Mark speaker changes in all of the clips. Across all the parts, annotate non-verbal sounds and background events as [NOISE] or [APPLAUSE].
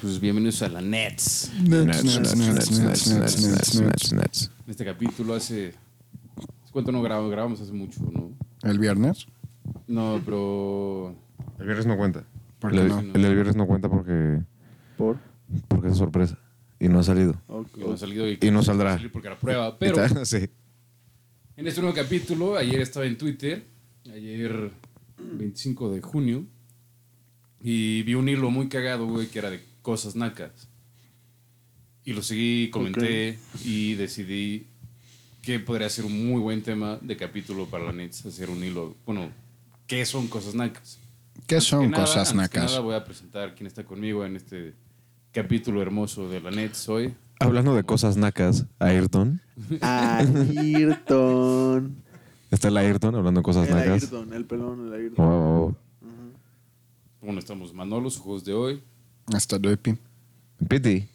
Speaker 1: Pues bienvenidos a la Nets.
Speaker 2: Nets, nets, nets, nets, nets, nets, nets.
Speaker 1: En este capítulo hace... ¿Cuánto no grabamos? Grabamos hace mucho, ¿no?
Speaker 2: ¿El viernes?
Speaker 1: No, pero...
Speaker 3: El viernes no cuenta.
Speaker 2: ¿Por
Speaker 3: El,
Speaker 2: qué
Speaker 3: del-
Speaker 2: no?
Speaker 3: el del viernes no cuenta porque,
Speaker 4: Por.
Speaker 3: porque es sorpresa. Y no ha salido.
Speaker 1: que no ha salido
Speaker 3: Y no saldrá.
Speaker 1: salir Porque era prueba. Pero
Speaker 3: [LAUGHS] sí.
Speaker 1: en este nuevo capítulo, ayer estaba en Twitter, ayer 25 de junio, y vi un hilo muy cagado, güey, que era de cosas nacas. Y lo seguí, comenté y decidí que podría ser un muy buen tema de capítulo para la Nets, hacer un hilo. Bueno, ¿qué son cosas nacas?
Speaker 2: ¿Qué son
Speaker 1: Que nada,
Speaker 2: cosas
Speaker 1: antes que
Speaker 2: nacas?
Speaker 1: nada voy a presentar quién está conmigo en este capítulo hermoso de la Nets hoy.
Speaker 3: Hablando de cosas nacas, Ayrton.
Speaker 4: Ayrton.
Speaker 3: Está el Ayrton hablando de cosas
Speaker 4: El
Speaker 3: nacas.
Speaker 4: Ayrton, el pelón, el Ayrton.
Speaker 3: Wow.
Speaker 1: Bueno, estamos Manolo, sus juegos de hoy.
Speaker 2: Hasta Duepi.
Speaker 3: Piti,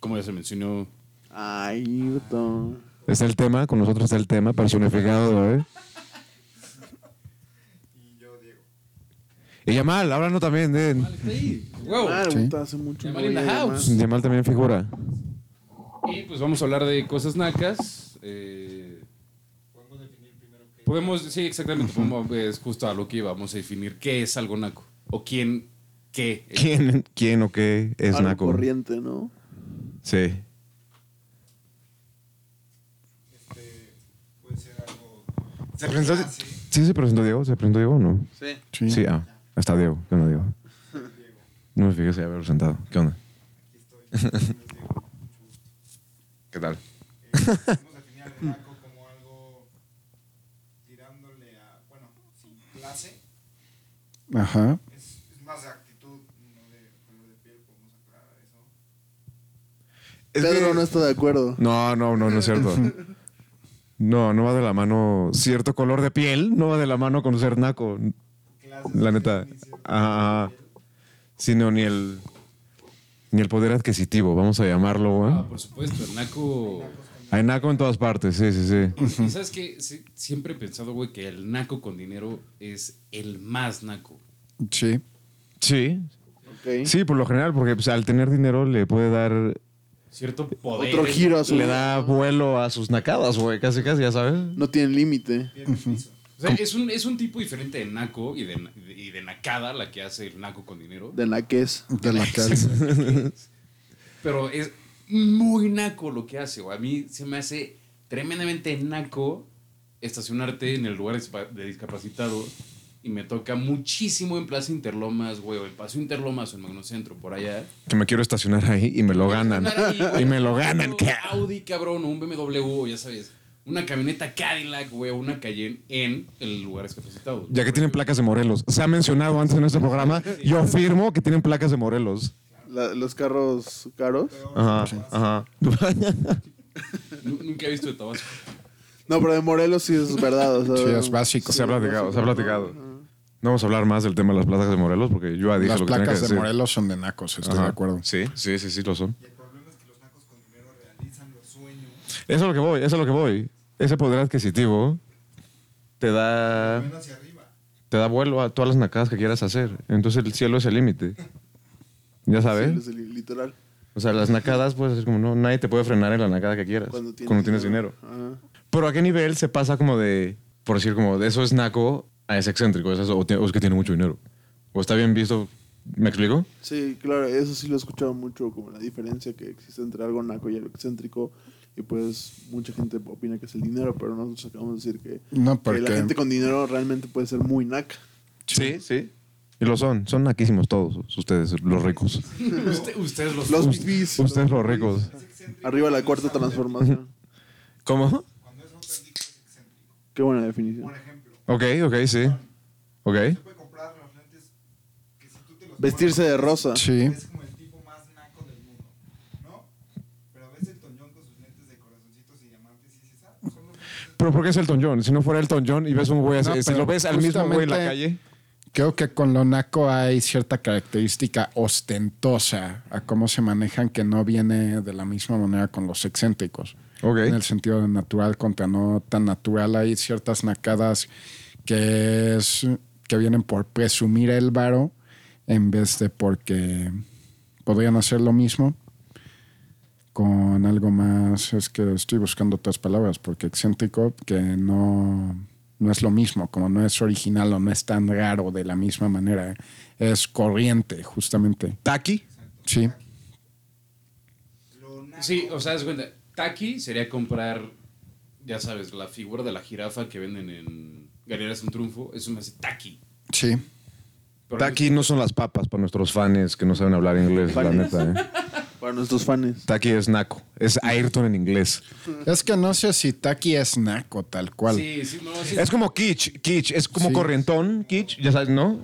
Speaker 1: Como ya se mencionó,
Speaker 4: Ayrton.
Speaker 3: está el tema, con nosotros está el tema personificado ¿eh? de hoy. Y Yamal, háblanos también. De...
Speaker 1: ¡Wow!
Speaker 4: Ah,
Speaker 2: Sí.
Speaker 4: hace mucho.
Speaker 1: Llamar
Speaker 4: no
Speaker 1: in the
Speaker 4: voy a llamar.
Speaker 1: house.
Speaker 3: Yamal también figura.
Speaker 1: Y pues vamos a hablar de cosas nacas. eh, podemos sí, exactamente. podemos- eh, es justo a lo que íbamos a definir qué es algo naco. O quién, qué. es.
Speaker 3: ¿Quién, quién o qué es
Speaker 4: Algo
Speaker 3: naco?
Speaker 4: corriente, ¿no?
Speaker 3: Sí. Este, ¿Se presentó? Sí, se presentó Diego. ¿Se presentó Diego o no?
Speaker 4: Sí.
Speaker 2: Sí.
Speaker 3: Sí, ah, está Diego. ¿Qué onda, Diego? No me fijé si había presentado. ¿Qué onda? [LAUGHS] ¿Qué tal?
Speaker 5: Podemos definir al naco como algo tirándole a, bueno, sin clase.
Speaker 2: Ajá.
Speaker 5: Es, es más de actitud, no de color de piel, podemos aclarar eso.
Speaker 4: Pedro no está de acuerdo.
Speaker 3: No, no, no, no es cierto. No, no va de la mano. Cierto color de piel no va de la mano con ser naco.
Speaker 5: Clases
Speaker 3: La
Speaker 5: no
Speaker 3: neta.
Speaker 5: tienen ni cierto
Speaker 3: Ajá, ajá.
Speaker 5: color de piel.
Speaker 3: Sino ni el. Ni el poder adquisitivo, vamos a llamarlo, güey.
Speaker 5: pues.
Speaker 1: Ah, por supuesto, el naco.
Speaker 3: Hay naco en todas partes, sí, sí, sí.
Speaker 1: Y sabes que siempre he pensado, güey, que el naco con dinero es el más naco.
Speaker 2: Sí.
Speaker 3: Sí.
Speaker 4: Ok.
Speaker 3: Sí, por lo general, porque pues, al tener dinero le puede dar
Speaker 1: Cierto poder.
Speaker 4: Otro giro a su
Speaker 3: le da vuelo a sus nacadas, güey. Casi, casi, ya sabes.
Speaker 4: No tiene límite.
Speaker 1: O sea, es un, es un tipo diferente de naco y de, na- y de nacada la que hace el naco con dinero.
Speaker 4: De naques.
Speaker 2: De la [LAUGHS] calza.
Speaker 1: Pero es muy naco lo que hace, güey. A mí se me hace tremendamente naco estacionarte en el lugar dispa- de discapacitado y me toca muchísimo en Plaza Interlomas, güey, o en Paso Interlomas o en Magnocentro, por allá.
Speaker 3: Que me quiero estacionar ahí y me lo ganan.
Speaker 5: [LAUGHS]
Speaker 1: Ahí, güey,
Speaker 3: y me lo ganan,
Speaker 1: un
Speaker 3: ¿qué?
Speaker 1: Audi, cabrón, o un BMW, o ya sabes. Una camioneta Cadillac, güey, o una Cayenne en el lugar discapacitado.
Speaker 3: Ya que tienen placas de Morelos. Se ha mencionado antes en este programa. Yo afirmo que tienen placas de Morelos.
Speaker 4: La- los carros caros.
Speaker 3: Ajá, [LAUGHS] ajá.
Speaker 1: Nu- Nunca he visto de Tabasco.
Speaker 4: No, pero de Morelos sí es verdad. O sea,
Speaker 2: Sí, es básico.
Speaker 3: Se ha platicado, se ha platicado. No vamos a hablar más del tema de las placas de Morelos porque yo ya dije
Speaker 2: Las
Speaker 3: lo que tenía
Speaker 2: placas
Speaker 3: que
Speaker 2: de
Speaker 3: decir.
Speaker 2: Morelos son de nacos, estoy
Speaker 3: Ajá.
Speaker 2: de acuerdo.
Speaker 3: Sí, sí, sí, sí, lo son.
Speaker 5: Y el problema es que los nacos con dinero realizan los sueños.
Speaker 3: Eso es lo que voy, eso es lo que voy. Ese poder adquisitivo te da,
Speaker 5: Ven hacia arriba.
Speaker 3: te da vuelo a todas las nacadas que quieras hacer. Entonces el cielo es el límite. Ya sabes.
Speaker 4: Sí, es li- literal.
Speaker 3: O sea, las nacadas, pues es como, no, nadie te puede frenar en la nacada que quieras.
Speaker 4: Cuando tienes,
Speaker 3: dinero.
Speaker 4: Ajá.
Speaker 3: Pero a qué nivel se pasa como de, por decir, como de eso es naco a es excéntrico, es eso, o, ti- o es que tiene mucho dinero. O está bien visto, ¿me explico?
Speaker 4: Sí, claro, eso sí lo he escuchado mucho, como la diferencia que existe entre algo naco y algo excéntrico. Y pues mucha gente opina que es el dinero, pero nosotros acabamos de decir que,
Speaker 2: No,
Speaker 4: que la
Speaker 2: porque-
Speaker 4: gente con dinero realmente puede ser muy naca.
Speaker 3: Sí, sí. Y lo son, son naquísimos todos ustedes, los ricos.
Speaker 1: Usted- ustedes los...
Speaker 4: Los pipis.
Speaker 3: Ustedes los ricos.
Speaker 4: Arriba la
Speaker 2: [LAUGHS]
Speaker 4: cuarta transformación.
Speaker 3: ¿Cómo?
Speaker 5: Cuando es auténtico es excéntrico.
Speaker 4: Qué buena definición.
Speaker 5: Por ejemplo,
Speaker 3: Ok, ok, sí. Ok.
Speaker 5: se puede comprar los lentes que si tú te los
Speaker 4: Vestirse de rosa.
Speaker 2: Sí.
Speaker 5: Es como el tipo más naco del mundo, ¿no? Pero ves el Toñón con sus lentes de corazoncitos y diamantes y dices, ah, pues son los lentes
Speaker 3: Pero ¿por qué es Elton John? Si no fuera Elton John y ves un güey así,
Speaker 2: No,
Speaker 3: si
Speaker 2: pero
Speaker 3: lo ves al mismo güey en la
Speaker 2: justamente-
Speaker 3: calle...
Speaker 2: Creo que con lo naco hay cierta característica ostentosa a cómo se manejan que no viene de la misma manera con los excéntricos.
Speaker 3: Ok.
Speaker 2: En el sentido de natural contra no tan natural hay ciertas nacadas que es que vienen por presumir el varo en vez de porque podrían hacer lo mismo con algo más. Es que estoy buscando otras palabras, porque excéntrico, que no, no es lo mismo, como no es original o no es tan raro de la misma manera, es corriente, justamente.
Speaker 3: ¿Taki?
Speaker 2: Sí,
Speaker 5: Lo naco,
Speaker 1: Sí, o sea, es cuenta. Taki sería comprar, ya sabes, la figura de la jirafa que venden en Galerías Un Triunfo. Eso me hace Taki.
Speaker 2: sí.
Speaker 1: Pero
Speaker 3: Taki no son las papas para nuestros fans que no saben hablar inglés, la
Speaker 4: Fans.
Speaker 3: neta. ¿eh?
Speaker 4: Para nuestros fans.
Speaker 3: Taki es naco. Es Ayrton en inglés.
Speaker 2: Es que no sé si Taki es naco, tal cual.
Speaker 1: Sí, sí, no, sí.
Speaker 3: Es como kitsch, kitsch. Es como
Speaker 2: Sí.
Speaker 3: corrientón, kitsch. Ya sabes, ¿no?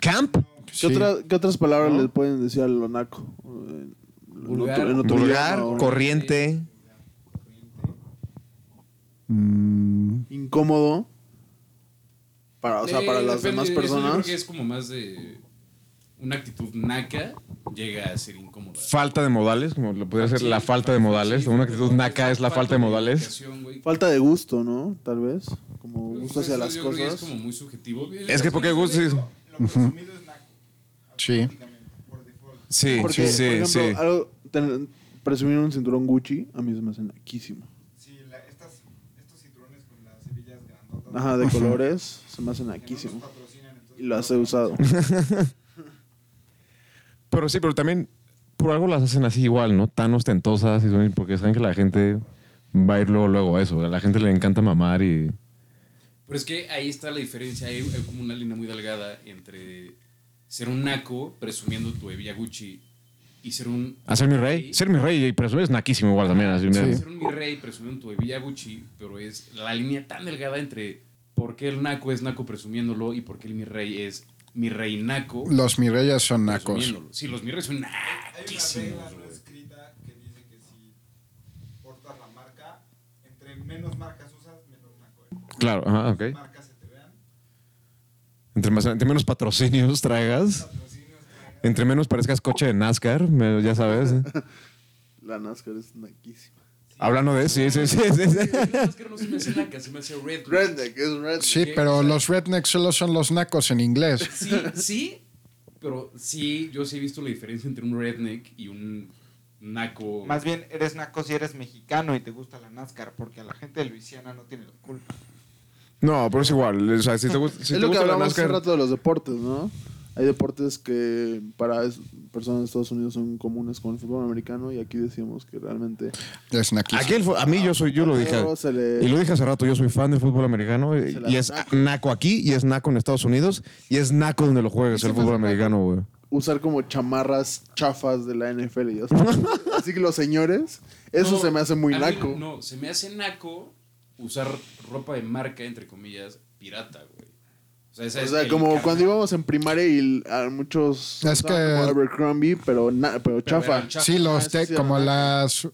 Speaker 3: Camp.
Speaker 4: ¿Qué,
Speaker 2: Sí.
Speaker 4: otra- qué otras palabras le pueden decir al lonaco? Eh, En- en
Speaker 1: Vulgar.
Speaker 4: otro- en otro
Speaker 3: Vulgar,
Speaker 4: idioma, o-
Speaker 3: corriente.
Speaker 2: Mm,
Speaker 4: Incómodo. Para, o sea,
Speaker 1: Eh,
Speaker 4: para las
Speaker 1: depende,
Speaker 4: demás
Speaker 1: eso Yo creo
Speaker 4: personas.
Speaker 1: que es como más de una actitud naca llega a ser incómoda.
Speaker 3: Falta de modales, como lo podría ser la falta de modales. Una actitud naca es la falta de modales.
Speaker 4: Falta de gusto, ¿no? Tal vez. Como gusto
Speaker 1: Gusto
Speaker 4: hacia las
Speaker 1: Es
Speaker 4: cosas.
Speaker 1: como muy subjetivo.
Speaker 3: Es que porque gusto es-
Speaker 5: Lo presumido es naco,
Speaker 2: sí.
Speaker 5: prácticamente, por default.
Speaker 3: Sí,
Speaker 4: Porque,
Speaker 3: sí, sí.
Speaker 4: por
Speaker 3: sí.
Speaker 4: ejemplo, algo- tener- presumir un cinturón Gucci a mí se me hace naquísimo.
Speaker 5: Sí, la- estas, estos citrones con las hebillas grandotas.
Speaker 4: Ajá, de colores se me hace
Speaker 5: que no nos
Speaker 4: naquísimo.
Speaker 5: patrocinan, entonces
Speaker 4: Y las he
Speaker 3: [LAUGHS]
Speaker 5: no-
Speaker 4: usado.
Speaker 3: Pero sí, pero también por algo las hacen así igual, ¿no? Tan ostentosas y son- porque saben que la gente va a ir luego, luego a eso. A la gente le encanta mamar y...
Speaker 1: Pero es que ahí está la diferencia. Hay, hay como una línea muy delgada entre ser un naco presumiendo tu hebilla Gucci y ser un.
Speaker 3: A ser mi rey. Ser mi rey y presumir es naquísimo igual también. Así, mira.
Speaker 1: Ser un mi rey presumiendo tu hebilla Gucci, pero es la línea tan delgada entre por qué el naco es naco presumiéndolo y por qué el mi rey es mi rey naco.
Speaker 2: Los Mirreyes son nacos.
Speaker 1: presumiéndolo. Sí, los mi reyes son
Speaker 5: Hay una regla
Speaker 1: naquísimos,
Speaker 5: no
Speaker 1: güey.
Speaker 5: escrita que dice que si portas la marca, entre menos marcas usas, menos naco eres.
Speaker 3: Claro, ajá, ok.
Speaker 5: Marcas se te vean,
Speaker 3: Entre, más- entre menos patrocinios traigas,
Speaker 5: patrocinios, traigas.
Speaker 3: entre menos parezcas coche de NASCAR, me- ya sabes. ¿eh?
Speaker 4: La NASCAR es naquísima.
Speaker 3: Hablando de... Sí, sí, sí. sí, sí.
Speaker 1: Es que no se me hace naca, se me hace red.
Speaker 4: Redneck, es redneck.
Speaker 2: Sí, pero los rednecks solo son los nacos en inglés.
Speaker 1: Sí, sí, pero sí, yo sí he visto la diferencia entre un redneck y un naco.
Speaker 5: Más bien, eres naco si eres mexicano y te gusta la NASCAR, porque a la gente de Luisiana no tiene la culpa.
Speaker 3: No, pero es igual. O sea, si te, gusta- si te
Speaker 4: es lo que
Speaker 3: gusta la
Speaker 4: hablamos hace
Speaker 3: NASCAR...
Speaker 4: rato de los deportes, ¿no? Hay deportes que para es- personas de Estados Unidos son comunes con el fútbol americano y aquí decíamos que realmente
Speaker 2: Es naquísimo.
Speaker 3: Aquí el fu- a mí yo soy, yo lo dije.
Speaker 4: Luego se le-
Speaker 3: Y lo dije hace rato, yo soy fan del fútbol americano eh,
Speaker 4: eh, Se la
Speaker 3: y es
Speaker 4: saca.
Speaker 3: naco aquí y es naco en Estados Unidos y es naco donde lo juegues el fútbol americano, güey.
Speaker 4: usar como chamarras chafas de la NFL.
Speaker 2: [LAUGHS]
Speaker 4: ¿ya sabes? Así que los señores, eso
Speaker 1: No,
Speaker 4: se me hace muy
Speaker 1: a mí
Speaker 4: naco.
Speaker 1: No, se me hace naco usar ropa de marca, entre comillas, pirata, güey. O sea, esa
Speaker 4: o
Speaker 1: es
Speaker 4: sea,
Speaker 1: el
Speaker 4: como
Speaker 1: carnal.
Speaker 4: cuando íbamos en primaria y a muchos
Speaker 2: Es
Speaker 4: usaban
Speaker 2: que-
Speaker 4: como Abercrombie, pero, na- pero chafa.
Speaker 1: eran
Speaker 2: Sí, los
Speaker 4: Ah, sí,
Speaker 2: te-
Speaker 4: sí,
Speaker 2: como
Speaker 4: ¿verdad?
Speaker 2: las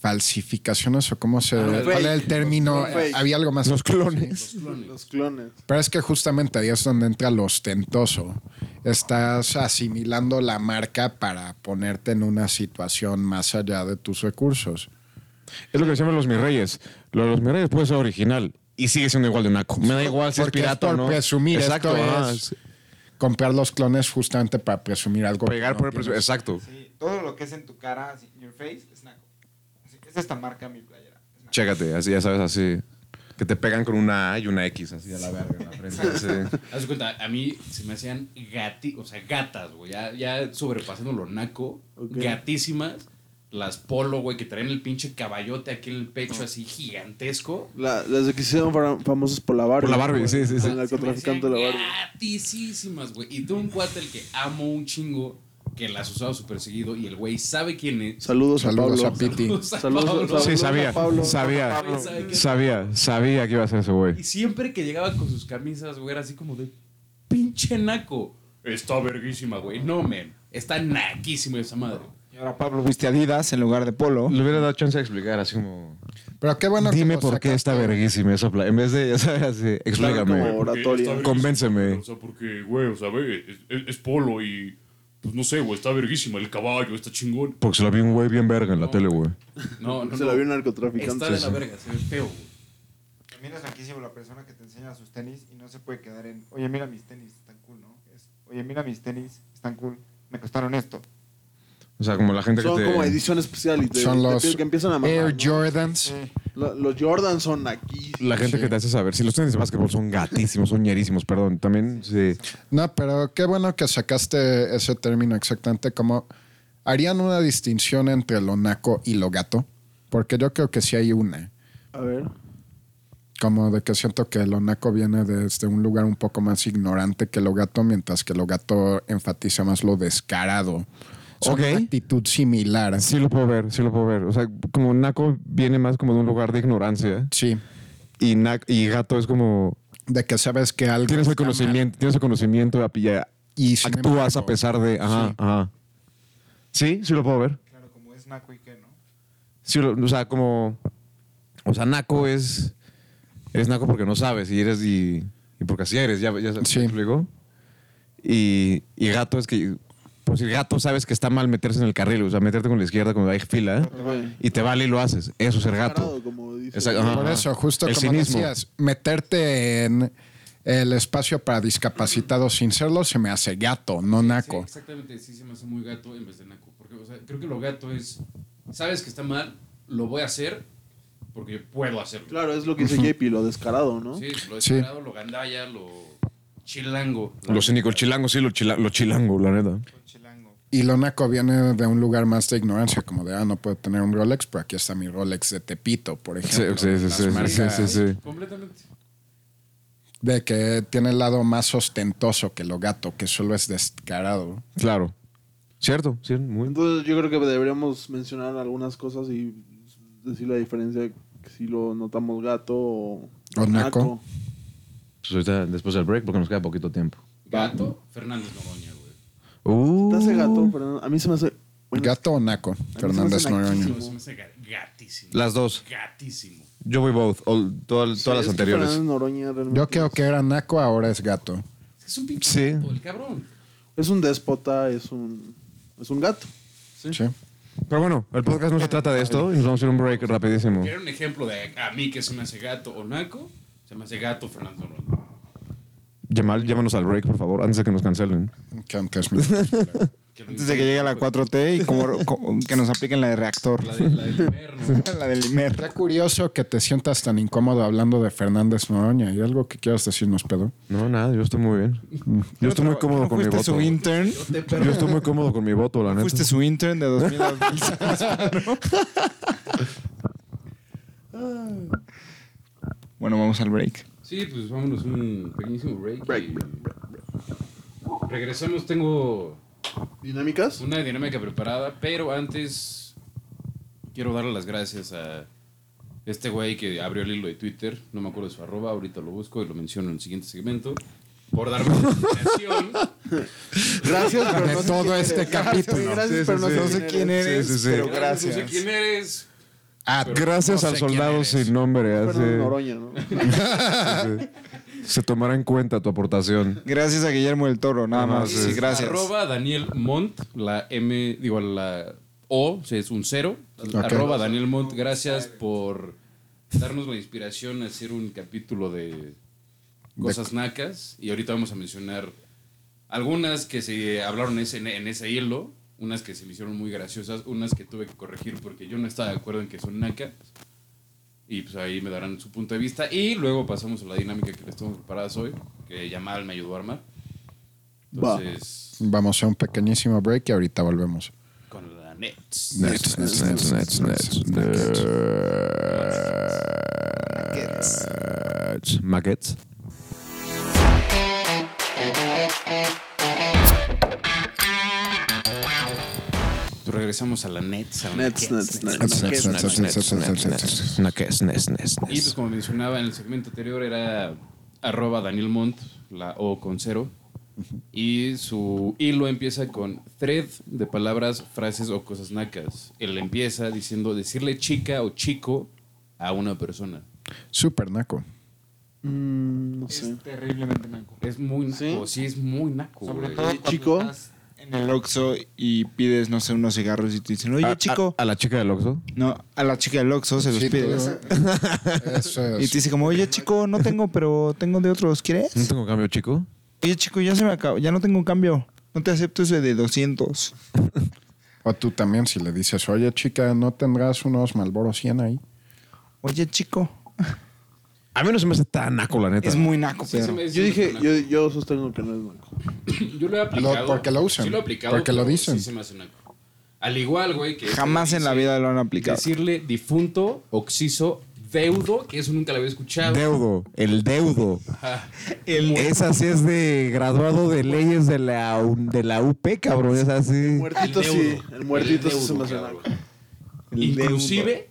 Speaker 2: falsificaciones o cómo se...
Speaker 1: Ah,
Speaker 2: ¿Cuál
Speaker 4: fake.
Speaker 2: era el término?
Speaker 4: Los fake.
Speaker 2: Había algo más.
Speaker 3: Los clones.
Speaker 1: Los clones.
Speaker 4: los clones.
Speaker 2: Pero es que justamente ahí es donde entra lo ostentoso. Estás asimilando la marca para ponerte en una situación más allá de tus recursos.
Speaker 3: Es lo que decíamos los mis reyes. Lo de los mis reyes puede ser original y sigue siendo igual de naco. Me da igual si es
Speaker 2: Porque
Speaker 3: pirata
Speaker 2: es por
Speaker 3: o no.
Speaker 2: presumir,
Speaker 3: Exacto.
Speaker 2: esto
Speaker 3: ah,
Speaker 2: es-
Speaker 3: sí.
Speaker 2: Comprar los clones justamente para presumir algo. que
Speaker 3: Pegar
Speaker 2: no
Speaker 3: por el presu-
Speaker 2: tienes.
Speaker 3: Exacto.
Speaker 5: Sí, todo lo que es en tu cara, así, in your face, es naco. Así, es esta marca mi playera. es naco.
Speaker 3: Chécate, así ya sabes, así. Que te pegan con una A y una X, así a la verga en la frente. sí.
Speaker 1: Haz de cuenta, a mí se me hacían gati, o sea, gatas, güey. Ya, ya sobrepasando lo naco,
Speaker 4: Ok.
Speaker 1: gatísimas. Las polo, güey, que traen el pinche caballote aquí en el pecho así gigantesco.
Speaker 4: La- las de que se hicieron fam- famosos por la Barbie.
Speaker 3: Por la Barbie, sí, sí, sí.
Speaker 4: El narcotraficante de la Barbie.
Speaker 1: Gatísimas, güey. Y tengo un cuate el que amo un chingo, que las usaba súper seguido y el güey sabe quién es. [LAUGHS]
Speaker 4: Saludos,
Speaker 2: Saludos
Speaker 4: a
Speaker 2: a
Speaker 4: Pablo.
Speaker 2: Piti.
Speaker 1: Saludos a
Speaker 4: Saludos a-
Speaker 1: Pablo.
Speaker 4: saludos
Speaker 3: Sí,
Speaker 4: a
Speaker 3: sabía,
Speaker 4: Pablo.
Speaker 3: sabía,
Speaker 1: Pablo sabe quién es.
Speaker 3: sabía, sabía que iba a ser ese güey.
Speaker 1: Y siempre que llegaba con sus camisas, güey, era así como de pinche naco. Está verguísima, güey. No, men. Está naquísima esa madre.
Speaker 5: Y ahora Pablo viste Adidas en lugar de Polo.
Speaker 3: Le hubiera dado chance de explicar, así como.
Speaker 2: Pero qué bueno que
Speaker 3: Dime
Speaker 2: lo
Speaker 3: por qué
Speaker 2: sacaste.
Speaker 3: está verguísima esa playa. En vez de, ya sabes, así,
Speaker 4: Claro,
Speaker 3: explícame.
Speaker 4: como- Oratoria.
Speaker 6: Porque está
Speaker 3: Convénceme.
Speaker 6: verguísima, O sea, porque, güey, o sea, ve, es, es- es polo y. Pues no sé, güey, está verguísima. El caballo está chingón.
Speaker 3: Porque se la vi un güey bien verga en la tele, güey.
Speaker 1: No, no.
Speaker 4: Se
Speaker 1: no.
Speaker 4: la vio un
Speaker 1: Está
Speaker 4: narcotraficante.
Speaker 1: de la verga, se ve feo, güey.
Speaker 5: También es naquísimo la persona que te enseña sus tenis y no se puede quedar en, oye, mira mis tenis, están cool, ¿no? Es, oye, mira mis tenis, están cool. me costaron esto.
Speaker 3: O sea, como la gente
Speaker 4: Son
Speaker 3: que te...
Speaker 4: como edición especial y te,
Speaker 2: Son
Speaker 4: te
Speaker 2: los
Speaker 4: piden que empiezan a mamar,
Speaker 2: Air
Speaker 4: ¿no?
Speaker 2: Jordans.
Speaker 4: Lo- los Jordan son aquí.
Speaker 3: La gente
Speaker 2: Sí.
Speaker 3: que te hace saber. Si los tenis de básquetbol son gatísimos, son ñerísimos, perdón. También, sí.
Speaker 2: No, pero qué bueno que sacaste ese término exactamente. Como harían una distinción entre lo naco y lo gato, porque yo creo que sí hay una.
Speaker 4: A ver.
Speaker 2: Como de que siento que lo naco viene desde un lugar un poco más ignorante que lo gato, mientras que lo gato enfatiza más lo descarado. Son
Speaker 3: Ok.
Speaker 2: una actitud similar.
Speaker 3: Sí lo puedo ver, sí lo puedo ver. O sea, como Naco viene más como de un lugar de ignorancia.
Speaker 2: Sí.
Speaker 3: Y, nac- y Gato es como...
Speaker 2: De que sabes que algo.
Speaker 3: Tienes el
Speaker 2: está mal
Speaker 3: conocimiento, tienes el conocimiento a pillar.
Speaker 2: Y sin
Speaker 3: actúas
Speaker 2: embargo-
Speaker 3: a pesar de. Ajá,
Speaker 2: Sí.
Speaker 3: ajá. Sí, sí lo puedo ver.
Speaker 5: Claro, como es naco y qué, ¿no?
Speaker 3: Sí, lo- o sea, como. O sea, Naco es. Eres Naco porque no sabes y eres. Y, y porque así eres, ya, ya sabes.
Speaker 2: Sí.
Speaker 3: ¿me explico? Y, y gato es que. Pues el gato sabes que está mal meterse en el carril, o sea, meterte con la izquierda cuando hay fila
Speaker 4: Ajá.
Speaker 3: y te vale y lo haces. Eso es ser gato.
Speaker 4: Parado, como dice.
Speaker 3: Exacto, ajá.
Speaker 2: Por eso, justo
Speaker 3: El
Speaker 2: como
Speaker 3: cinismo.
Speaker 2: decías, meterte en el espacio para discapacitados sin serlo se me hace gato, no
Speaker 1: Sí,
Speaker 2: naco.
Speaker 1: exactamente, sí se me hace muy gato en vez de naco. Porque, o sea, creo que lo gato es, sabes que está mal, lo voy a hacer porque yo puedo hacerlo.
Speaker 4: Claro, es lo que dice JP, lo descarado, ¿no?
Speaker 1: Sí, lo
Speaker 2: Sí.
Speaker 1: descarado, lo gandalla, lo chilango.
Speaker 3: Lo cínico, el chilango, sí, lo, chila- lo chilango, la neta.
Speaker 5: Con chilango.
Speaker 2: Y lo naco viene de un lugar más de ignorancia, como de, ah, no puedo tener un Rolex, pero aquí está mi Rolex de Tepito, por ejemplo.
Speaker 3: sí, sí,
Speaker 2: Las
Speaker 3: sí, sí,
Speaker 2: marcas
Speaker 3: sí, sí.
Speaker 1: Completamente.
Speaker 2: De que tiene el lado más ostentoso que lo gato, que solo es descarado.
Speaker 3: Claro. Cierto, sí, muy.
Speaker 4: Entonces yo creo que deberíamos mencionar algunas cosas y decir la diferencia que si lo notamos gato o,
Speaker 2: O naco.
Speaker 3: Pues ahorita, después del break, porque nos queda poquito tiempo.
Speaker 1: Gato, Fernández Noroña, güey.
Speaker 3: Uh.
Speaker 4: ¿Te hace gato? Pero a mí se me hace... bueno,
Speaker 2: ¿Gato o naco?
Speaker 4: me
Speaker 2: Fernández
Speaker 4: se me hace
Speaker 2: Noroña.
Speaker 1: No, se me hace ga- gatísimo.
Speaker 3: Las dos.
Speaker 1: Gatísimo.
Speaker 3: Yo voy both. all- todas
Speaker 4: sí,
Speaker 3: todas las
Speaker 4: es que
Speaker 3: anteriores.
Speaker 4: Fernández Noroña realmente
Speaker 2: Yo creo
Speaker 4: es-
Speaker 2: que era naco, ahora es gato.
Speaker 1: Es que es un pinche
Speaker 3: Sí.
Speaker 1: gato, el cabrón.
Speaker 4: Es un déspota, es un, es un gato.
Speaker 2: Sí.
Speaker 3: Pero bueno, el podcast no se trata de esto y nos vamos a ir a un break rapidísimo.
Speaker 1: Era un ejemplo de a mí que se me hace gato o naco, se me hace gato Fernández Noroña.
Speaker 3: Yamal, llévanos al break, por favor, antes de que nos cancelen.
Speaker 2: Que antes mi-
Speaker 1: Que lo
Speaker 7: Antes de que llegue la 4T y como, como que nos apliquen la de reactor.
Speaker 1: La, de, la del invierno.
Speaker 7: La del Imer.
Speaker 2: Está curioso que te sientas tan incómodo hablando de Fernández Noroña. ¿Hay algo que quieras decirnos, Pedro?
Speaker 3: No, nada, yo estoy muy bien. Yo estoy muy cómodo
Speaker 7: ¿No
Speaker 3: con mi
Speaker 7: fuiste
Speaker 3: voto.
Speaker 7: su intern?
Speaker 3: Yo estoy muy cómodo con mi voto, la neta.
Speaker 7: Fuiste su intern de 2000 a 2006. [LAUGHS] Bueno, vamos al break.
Speaker 1: Sí, pues vámonos un pequeñísimo break. y- Regresamos, tengo
Speaker 4: ¿Dinámicas?
Speaker 1: una dinámica preparada, pero antes quiero darle las gracias a este güey que abrió el hilo de Twitter, no me acuerdo de su arroba, ahorita lo busco y lo menciono en el siguiente segmento, por darme la invitación.
Speaker 4: Gracias, pero
Speaker 2: De
Speaker 4: no sé
Speaker 2: todo
Speaker 4: quién
Speaker 2: este
Speaker 4: eres.
Speaker 2: capítulo.
Speaker 4: Gracias,
Speaker 3: Sí, sí,
Speaker 4: pero no,
Speaker 3: sí.
Speaker 4: sé
Speaker 3: No sé
Speaker 4: quién eres.
Speaker 3: Sí, sí, sí.
Speaker 7: pero
Speaker 1: No sé
Speaker 7: gracias.
Speaker 1: quién eres.
Speaker 2: Ah,
Speaker 3: Gracias
Speaker 2: no
Speaker 3: al
Speaker 2: sé quién
Speaker 3: soldado
Speaker 2: eres.
Speaker 3: sin nombre.
Speaker 4: Fernández
Speaker 3: Hace,
Speaker 4: Noroña, ¿no?
Speaker 3: se tomará en cuenta tu aportación.
Speaker 7: Gracias a Guillermo del Toro, nada
Speaker 3: Ajá,
Speaker 7: más.
Speaker 3: sí.
Speaker 7: Sí, gracias.
Speaker 1: Arroba Daniel Mont, la M, digo, la O, o sea, es un cero. Arroba Daniel Mont, gracias por darnos la inspiración a hacer un capítulo de cosas nacas. Y ahorita vamos a mencionar algunas que se hablaron ese- en ese hilo, unas que se me hicieron muy graciosas, unas que tuve que corregir porque yo no estaba de acuerdo en que son nacas. Y pues ahí me darán su punto de vista. Y luego pasamos a la dinámica que les tengo preparadas hoy, que Yamal me ayudó a armar.
Speaker 4: Va.
Speaker 1: Entonces,
Speaker 2: Vamos a un pequeñísimo break y ahorita volvemos.
Speaker 1: con la Nets. Pues
Speaker 3: Maquets.
Speaker 1: Regresamos a la Nets. a la
Speaker 4: Nets, Nets, Nets.
Speaker 3: Maquets. Nets, nets,
Speaker 1: Y pues
Speaker 3: nets.
Speaker 1: como mencionaba en el segmento anterior era arroba Daniel Montt, la O con cero. Y su hilo empieza con thread de palabras, frases o cosas nacas. Él empieza diciendo decirle chica o chico a una persona.
Speaker 2: Super naco.
Speaker 4: Mm, no sé.
Speaker 7: Es terriblemente naco.
Speaker 1: Es muy naco, sí,
Speaker 4: ¿Sí?
Speaker 1: es muy naco.
Speaker 7: Sobre
Speaker 1: güey.
Speaker 7: todo cuando
Speaker 4: Chico.
Speaker 7: estás en el Oxxo y pides, no sé, unos cigarros y te dicen, oye,
Speaker 3: A- a-
Speaker 7: chico.
Speaker 3: A, la chica del Oxxo.
Speaker 7: No, a la chica del Oxxo se los
Speaker 2: Sí,
Speaker 7: pides.
Speaker 2: tú- Eso
Speaker 7: [LAUGHS] Y te
Speaker 2: es.
Speaker 7: dice como, oye, chico, no tengo, pero tengo de otros, ¿quieres?
Speaker 3: Mm. No tengo cambio, chico.
Speaker 7: Oye, chico, ya se me acabó, ya no tengo cambio. No No te acepto ese de 200.
Speaker 2: O tú también, si le dices, oye, chica, ¿no tendrás unos Malboro 100 ahí?
Speaker 7: Oye, chico.
Speaker 3: A mí no se me hace tan naco, la neta.
Speaker 7: Es muy naco,
Speaker 1: Sí, se
Speaker 7: pero.
Speaker 1: me dice
Speaker 4: Yo dije,
Speaker 1: naco.
Speaker 4: yo, yo sostengo que no es naco.
Speaker 1: Yo lo he aplicado.
Speaker 2: Lo- porque lo usan,
Speaker 1: Sí lo he aplicado.
Speaker 2: porque lo
Speaker 1: pero
Speaker 2: dicen.
Speaker 1: Sí se me hace naco. Al igual, güey, que...
Speaker 7: Jamás en la
Speaker 1: dice-
Speaker 7: vida lo han aplicado.
Speaker 1: Decirle difunto, oxiso, deudo, que eso nunca lo había escuchado.
Speaker 8: Deudo, el deudo. Esa sí es de graduado de leyes de la, U- de la UP, cabrón. Es así.
Speaker 4: Muertito
Speaker 1: deudo.
Speaker 4: sí, el muertito sí se
Speaker 1: deudo,
Speaker 4: me hace
Speaker 1: cabrón.
Speaker 4: naco.
Speaker 1: Inclusive,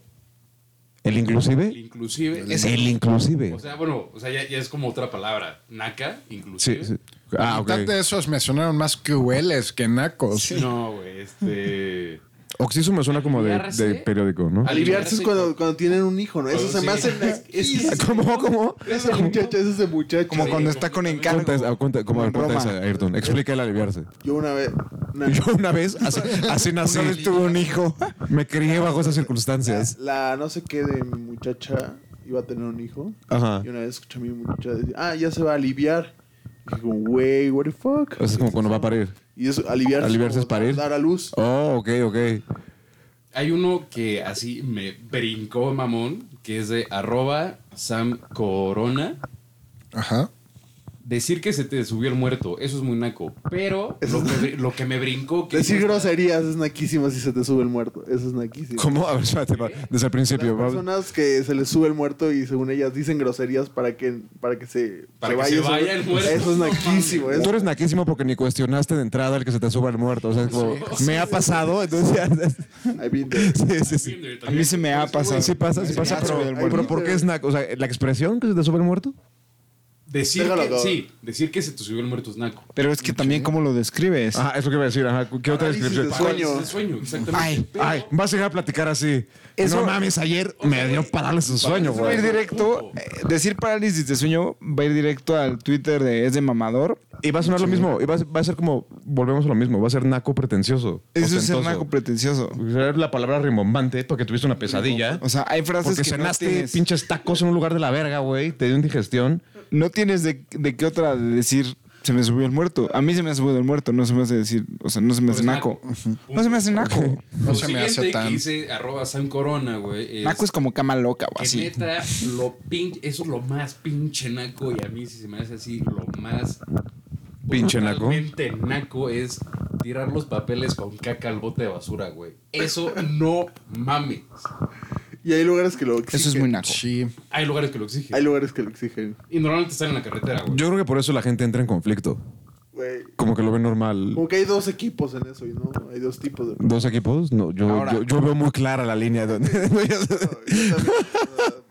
Speaker 8: ¿El inclusive?
Speaker 1: inclusive,
Speaker 8: Es
Speaker 1: ese-
Speaker 8: el inclusive.
Speaker 1: o sea, bueno, o sea, ya, ya es como otra palabra, naca,
Speaker 3: Sí,
Speaker 1: inclusive.
Speaker 3: sí. Ah, ok.
Speaker 2: La mitad de esos me sonaron más crueles que
Speaker 7: Oh,
Speaker 2: nacos.
Speaker 1: No, güey, este...
Speaker 3: Oxiso me suena como de,
Speaker 1: Aliviarse.
Speaker 3: de periódico, ¿no?
Speaker 4: Aliviarse es cuando, cuando tienen un hijo, ¿no? Eso
Speaker 1: Cuando
Speaker 4: se me
Speaker 1: sí.
Speaker 4: hace naco.
Speaker 1: [LAUGHS] Es-
Speaker 8: ¿Cómo, cómo?
Speaker 4: [LAUGHS] Ese muchacho, ese es el muchacho.
Speaker 7: Como cuando está con encargo.
Speaker 3: Cuenta esa- cuenta- como
Speaker 7: En
Speaker 3: cuenta
Speaker 7: Roma.
Speaker 3: esa, Ayrton. Explica el aliviarse.
Speaker 4: Yo una vez.
Speaker 3: [LAUGHS]
Speaker 4: una-
Speaker 8: Yo una vez, así, así nací.
Speaker 7: [LAUGHS] Una vez tuve un hijo.
Speaker 3: Me crié bajo esas
Speaker 7: [LAUGHS]
Speaker 3: circunstancias.
Speaker 4: La no sé qué de mi muchacha iba a tener un hijo.
Speaker 3: Ajá.
Speaker 4: Y una vez escuché a mi muchacha decir, ah, ya se va a aliviar. Y dije, como, güey, what the
Speaker 3: O
Speaker 4: fuck.
Speaker 3: sea, es como cuando va a parir.
Speaker 4: Y eso, aliviar
Speaker 3: Aliviarse
Speaker 4: como
Speaker 3: es parir.
Speaker 4: Dar a luz.
Speaker 3: Oh, ok, ok.
Speaker 1: Hay uno que así me brincó, mamón, que es de arroba Sam Corona.
Speaker 2: Ajá.
Speaker 1: Decir que se te subió el muerto, eso es muy naco. Pero
Speaker 4: Eso
Speaker 1: lo que, bri- lo que me brincó... Que
Speaker 4: Decir groserías es naquísimo si se te sube el muerto. Eso es naquísimo.
Speaker 3: ¿Cómo? A ver, espérate, pa- desde el principio.
Speaker 4: Las
Speaker 3: va-
Speaker 4: personas que se les sube el muerto y según ellas dicen groserías para que, para que se,
Speaker 1: Para que se
Speaker 4: eso-
Speaker 1: vaya el muerto.
Speaker 4: Eso es
Speaker 1: No
Speaker 4: naquísimo.
Speaker 1: mames.
Speaker 4: eso-
Speaker 3: Tú eres naquísimo porque ni cuestionaste de entrada el que se te suba el muerto. O sea, es como, me ha pasado, entonces ya- [LAUGHS]
Speaker 4: I've been there.
Speaker 3: sí, sí, sí.
Speaker 7: A mí se me ha pasado.
Speaker 3: Sí pasa, sí pasa,
Speaker 7: Ah,
Speaker 3: pero,
Speaker 7: sube el
Speaker 3: pero
Speaker 4: muerto.
Speaker 3: ¿por qué es naco? O sea, ¿la expresión que se te sube el muerto?
Speaker 1: Decir
Speaker 4: Déjalo
Speaker 1: que,
Speaker 4: todo.
Speaker 1: sí, decir que se te subió el muerto es naco.
Speaker 7: Pero es que también cómo lo describes.
Speaker 3: Ajá, es lo que iba a decir. Ajá, ¿qué otra
Speaker 4: Parálisis
Speaker 3: descripción?
Speaker 4: de Sueño.
Speaker 1: Es el sueño, exactamente.
Speaker 7: Ay,
Speaker 1: Pero-
Speaker 3: Ay, vas a llegar a platicar así.
Speaker 7: Eso-
Speaker 3: no mames, ayer me dio parálisis de sueño,
Speaker 7: Va a
Speaker 3: güey.
Speaker 7: ir directo, eh, decir parálisis de sueño va a ir directo al Twitter de es de mamador.
Speaker 3: Y va a sonar lo mismo. Y va, a- va a ser como, volvemos a lo mismo. Va a ser naco pretencioso.
Speaker 7: Eso es ser
Speaker 3: ostentoso.
Speaker 7: naco pretencioso.
Speaker 3: Usar la palabra rimbombante porque tuviste una pesadilla.
Speaker 7: O sea, hay frases
Speaker 3: Porque
Speaker 7: que no
Speaker 3: cenaste
Speaker 7: tienes,
Speaker 3: pinches tacos en un lugar de la verga, güey. Te dio indigestión.
Speaker 7: no tienes de, de qué otra de decir se me subió el muerto. A mí se me ha subido el muerto, no se me hace decir, o sea, no se me hace
Speaker 1: Pues
Speaker 7: naco. No se me hace naco.
Speaker 2: No
Speaker 1: Lo
Speaker 2: se me hace
Speaker 1: siguiente
Speaker 2: tan-
Speaker 1: que dice arroba San Corona, güey. Es
Speaker 7: Naco es como cama loca o
Speaker 1: que
Speaker 7: así.
Speaker 1: neta, lo pin- eso es lo más pinche naco. Y a mí, si se me hace así, lo más.
Speaker 3: Pinche naco.
Speaker 1: brutalmente naco es tirar los papeles con caca al bote de basura, güey. Eso no mames.
Speaker 4: Y hay lugares que lo exigen.
Speaker 7: Eso es muy naco.
Speaker 2: Sí.
Speaker 1: Hay lugares que lo exigen.
Speaker 4: Hay lugares que lo exigen.
Speaker 1: Y normalmente están en la carretera, güey.
Speaker 3: Yo creo que por eso la gente entra en conflicto.
Speaker 4: Güey.
Speaker 3: Como que lo ve normal.
Speaker 4: Como que hay dos equipos en eso y no, hay dos tipos de...
Speaker 3: ¿Dos equipos? No, yo,
Speaker 7: Ahora.
Speaker 3: yo, yo veo muy clara la línea. Donde... [LAUGHS]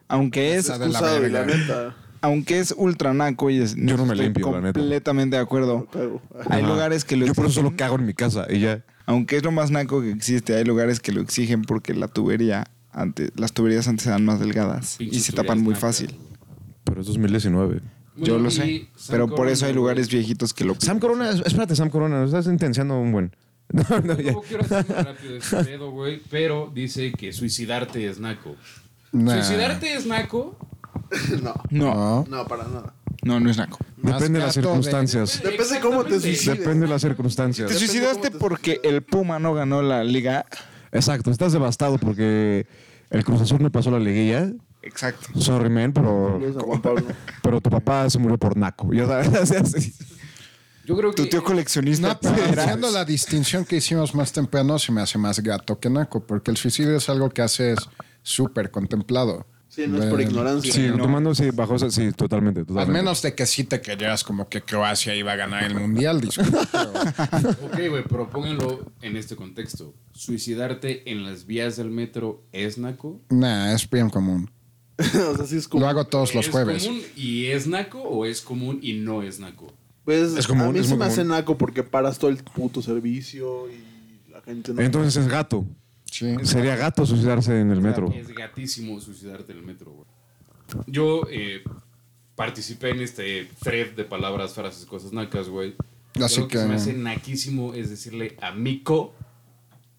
Speaker 7: Aunque es,
Speaker 2: de la
Speaker 4: Excusado, y la
Speaker 2: verga.
Speaker 4: neta.
Speaker 7: aunque es ultra naco y es,
Speaker 3: Yo no me
Speaker 7: estoy
Speaker 3: limpio, la neta.
Speaker 7: Completamente de acuerdo.
Speaker 4: lo cago.
Speaker 7: Hay lugares que lo
Speaker 3: yo por eso
Speaker 7: exigen,
Speaker 3: solo cago en mi casa y ya.
Speaker 7: aunque es lo más naco que existe, hay lugares que lo exigen porque la tubería antes, las tuberías antes eran más delgadas y
Speaker 1: Pinches
Speaker 7: se
Speaker 1: tuberías
Speaker 7: tapan muy
Speaker 1: nacas,
Speaker 7: fácil.
Speaker 1: güey.
Speaker 3: Pero es 2019.
Speaker 1: Bueno,
Speaker 7: Yo lo
Speaker 1: y
Speaker 7: sé,
Speaker 1: San
Speaker 7: pero por
Speaker 1: Corona,
Speaker 7: eso hay
Speaker 1: güey.
Speaker 7: lugares viejitos que lo
Speaker 3: Sam Corona, espérate, Sam Corona, nos estás intensiando un buen. [LAUGHS] No, no, ya.
Speaker 1: Tampoco quiero hacer muy rápido este pedo, güey, pero dice que suicidarte es naco.
Speaker 2: Nah.
Speaker 1: Suicidarte es naco.
Speaker 4: [LAUGHS] No,
Speaker 7: No,
Speaker 3: Ah.
Speaker 2: No.
Speaker 4: no, para nada.
Speaker 7: no, no es naco.
Speaker 2: Más
Speaker 3: Depende de las
Speaker 2: gato de-
Speaker 3: circunstancias.
Speaker 4: Depende de cómo te
Speaker 1: Exactamente.
Speaker 4: suicides.
Speaker 3: Depende de las
Speaker 7: Te
Speaker 3: circunstancias.
Speaker 7: suicidaste
Speaker 4: cómo te
Speaker 7: porque el Puma no ganó la liga.
Speaker 3: Exacto, estás devastado porque el Cruz Azul no pasó la liguilla.
Speaker 7: Exacto.
Speaker 3: Sorry, man, pero,
Speaker 4: Saludos a Juan Pablo.
Speaker 3: pero tu papá se murió por naco. Ya sabes, [LAUGHS] o sea, sí.
Speaker 1: Yo creo que.
Speaker 7: Tu tío coleccionista.
Speaker 2: No, pero haciendo la distinción que hicimos más temprano, se me hace más gato que naco, porque el suicidio es algo que haces súper contemplado.
Speaker 4: Sí, no es por
Speaker 2: Eh,
Speaker 4: ignorancia.
Speaker 3: Sí, tomando, sí, bajo esa- sí, totalmente,
Speaker 2: Al
Speaker 3: totalmente.
Speaker 2: menos de que sí te creyeras como que Croacia iba a ganar el mundial, disculpa, pero-
Speaker 1: Ok, güey, pero pónganlo en este contexto. Suicidarte en las vías del metro es naco.
Speaker 2: Nah, es bien común.
Speaker 4: [LAUGHS] o sea, sí es como...
Speaker 2: Lo hago todos los
Speaker 1: ¿Es
Speaker 2: jueves.
Speaker 1: común y es naco o es común y no es naco?
Speaker 4: Pues,
Speaker 3: Es común,
Speaker 4: a mí
Speaker 3: es
Speaker 4: se
Speaker 3: muy
Speaker 4: me hace
Speaker 3: común.
Speaker 4: naco porque paras todo el puto servicio y la gente no...
Speaker 3: Entonces es gato.
Speaker 2: Sí.
Speaker 3: Sería gato suicidarse en el metro.
Speaker 1: Es gatísimo suicidarte en el metro, güey. Yo eh, participé en este thread de palabras, frases, cosas nacas, güey.
Speaker 2: Así
Speaker 1: Creo que, se
Speaker 2: que-
Speaker 1: me hace naquísimo es decirle amigo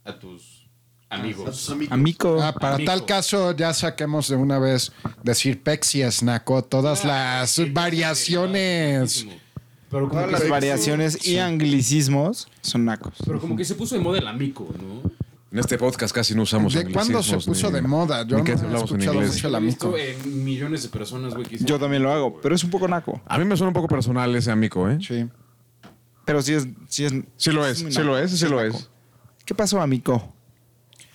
Speaker 1: a tus amigos.
Speaker 4: A sus amigos.
Speaker 7: Amico.
Speaker 2: Ah, para
Speaker 1: Amigo.
Speaker 2: tal caso, ya saquemos de una vez decir pexi es naco, todas las
Speaker 1: Ah, Sí,
Speaker 2: variaciones.
Speaker 1: naquísimo. Pero como,
Speaker 7: Todas
Speaker 1: que,
Speaker 7: las
Speaker 1: se-
Speaker 7: variaciones y anglicismos son nacos.
Speaker 1: pero como que se puso de moda el amico, ¿no?
Speaker 3: En este podcast casi no usamos
Speaker 2: ¿De cuándo se
Speaker 3: anglicismos
Speaker 2: puso
Speaker 3: ni-
Speaker 2: de moda? Yo
Speaker 3: ni
Speaker 2: no
Speaker 3: que
Speaker 2: he
Speaker 3: hablamos en
Speaker 2: escuchado
Speaker 3: inglés.
Speaker 2: mucho el
Speaker 1: Lo he visto
Speaker 2: amigo.
Speaker 1: en millones de personas, güey. que dicen,
Speaker 7: Yo también lo hago, pero es un poco naco.
Speaker 3: A mí me suena un poco personal ese amigo, ¿eh?
Speaker 2: Sí.
Speaker 7: Pero sí es. Sí, es,
Speaker 3: Sí lo es,
Speaker 7: muy
Speaker 3: sí lo
Speaker 7: naco.
Speaker 3: es, sí lo es.
Speaker 7: ¿Qué pasó, amigo?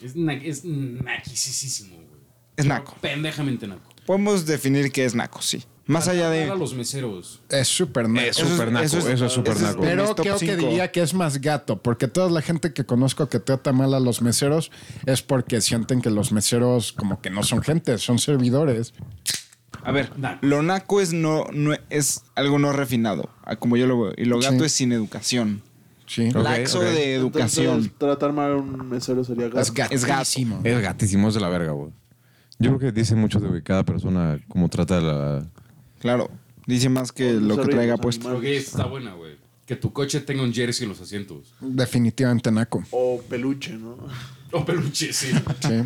Speaker 1: Es, na es naquisísimo, güey.
Speaker 7: Es naco.
Speaker 1: Pendejamente naco.
Speaker 7: Podemos definir que es naco, sí. Más allá de.
Speaker 1: A los meseros.
Speaker 2: Es súper naco.
Speaker 3: Es súper naco, eso es súper
Speaker 7: eso es-
Speaker 3: naco.
Speaker 2: Pero
Speaker 7: mis top
Speaker 2: creo que
Speaker 7: cinco.
Speaker 2: diría que es más gato, porque toda la gente que conozco que trata mal a los meseros es porque sienten que los meseros como que no son gente, son servidores.
Speaker 7: A ver,
Speaker 1: Naco.
Speaker 7: lo naco es no, no es algo no refinado, a como yo lo veo. Y lo gato
Speaker 2: Sí.
Speaker 7: es sin educación.
Speaker 2: Sí.
Speaker 3: Ok,
Speaker 7: Laxo
Speaker 3: ok.
Speaker 7: de educación.
Speaker 4: Entonces, tratar mal a un mesero sería gato.
Speaker 2: Es gato.
Speaker 7: Es gato.
Speaker 3: Es gatísimo, es de la verga, güey. Yo creo que dice mucho de güey, cada persona cómo trata la...
Speaker 7: Claro. Dice más que lo que
Speaker 4: Desarrollo
Speaker 7: traiga
Speaker 4: los
Speaker 7: puesto.
Speaker 1: Pero que está buena, güey. Que tu coche tenga un jersey en los asientos. [LAUGHS]
Speaker 2: Definitivamente naco.
Speaker 4: O peluche, ¿no? [LAUGHS]
Speaker 1: O peluche, sí.
Speaker 2: Sí.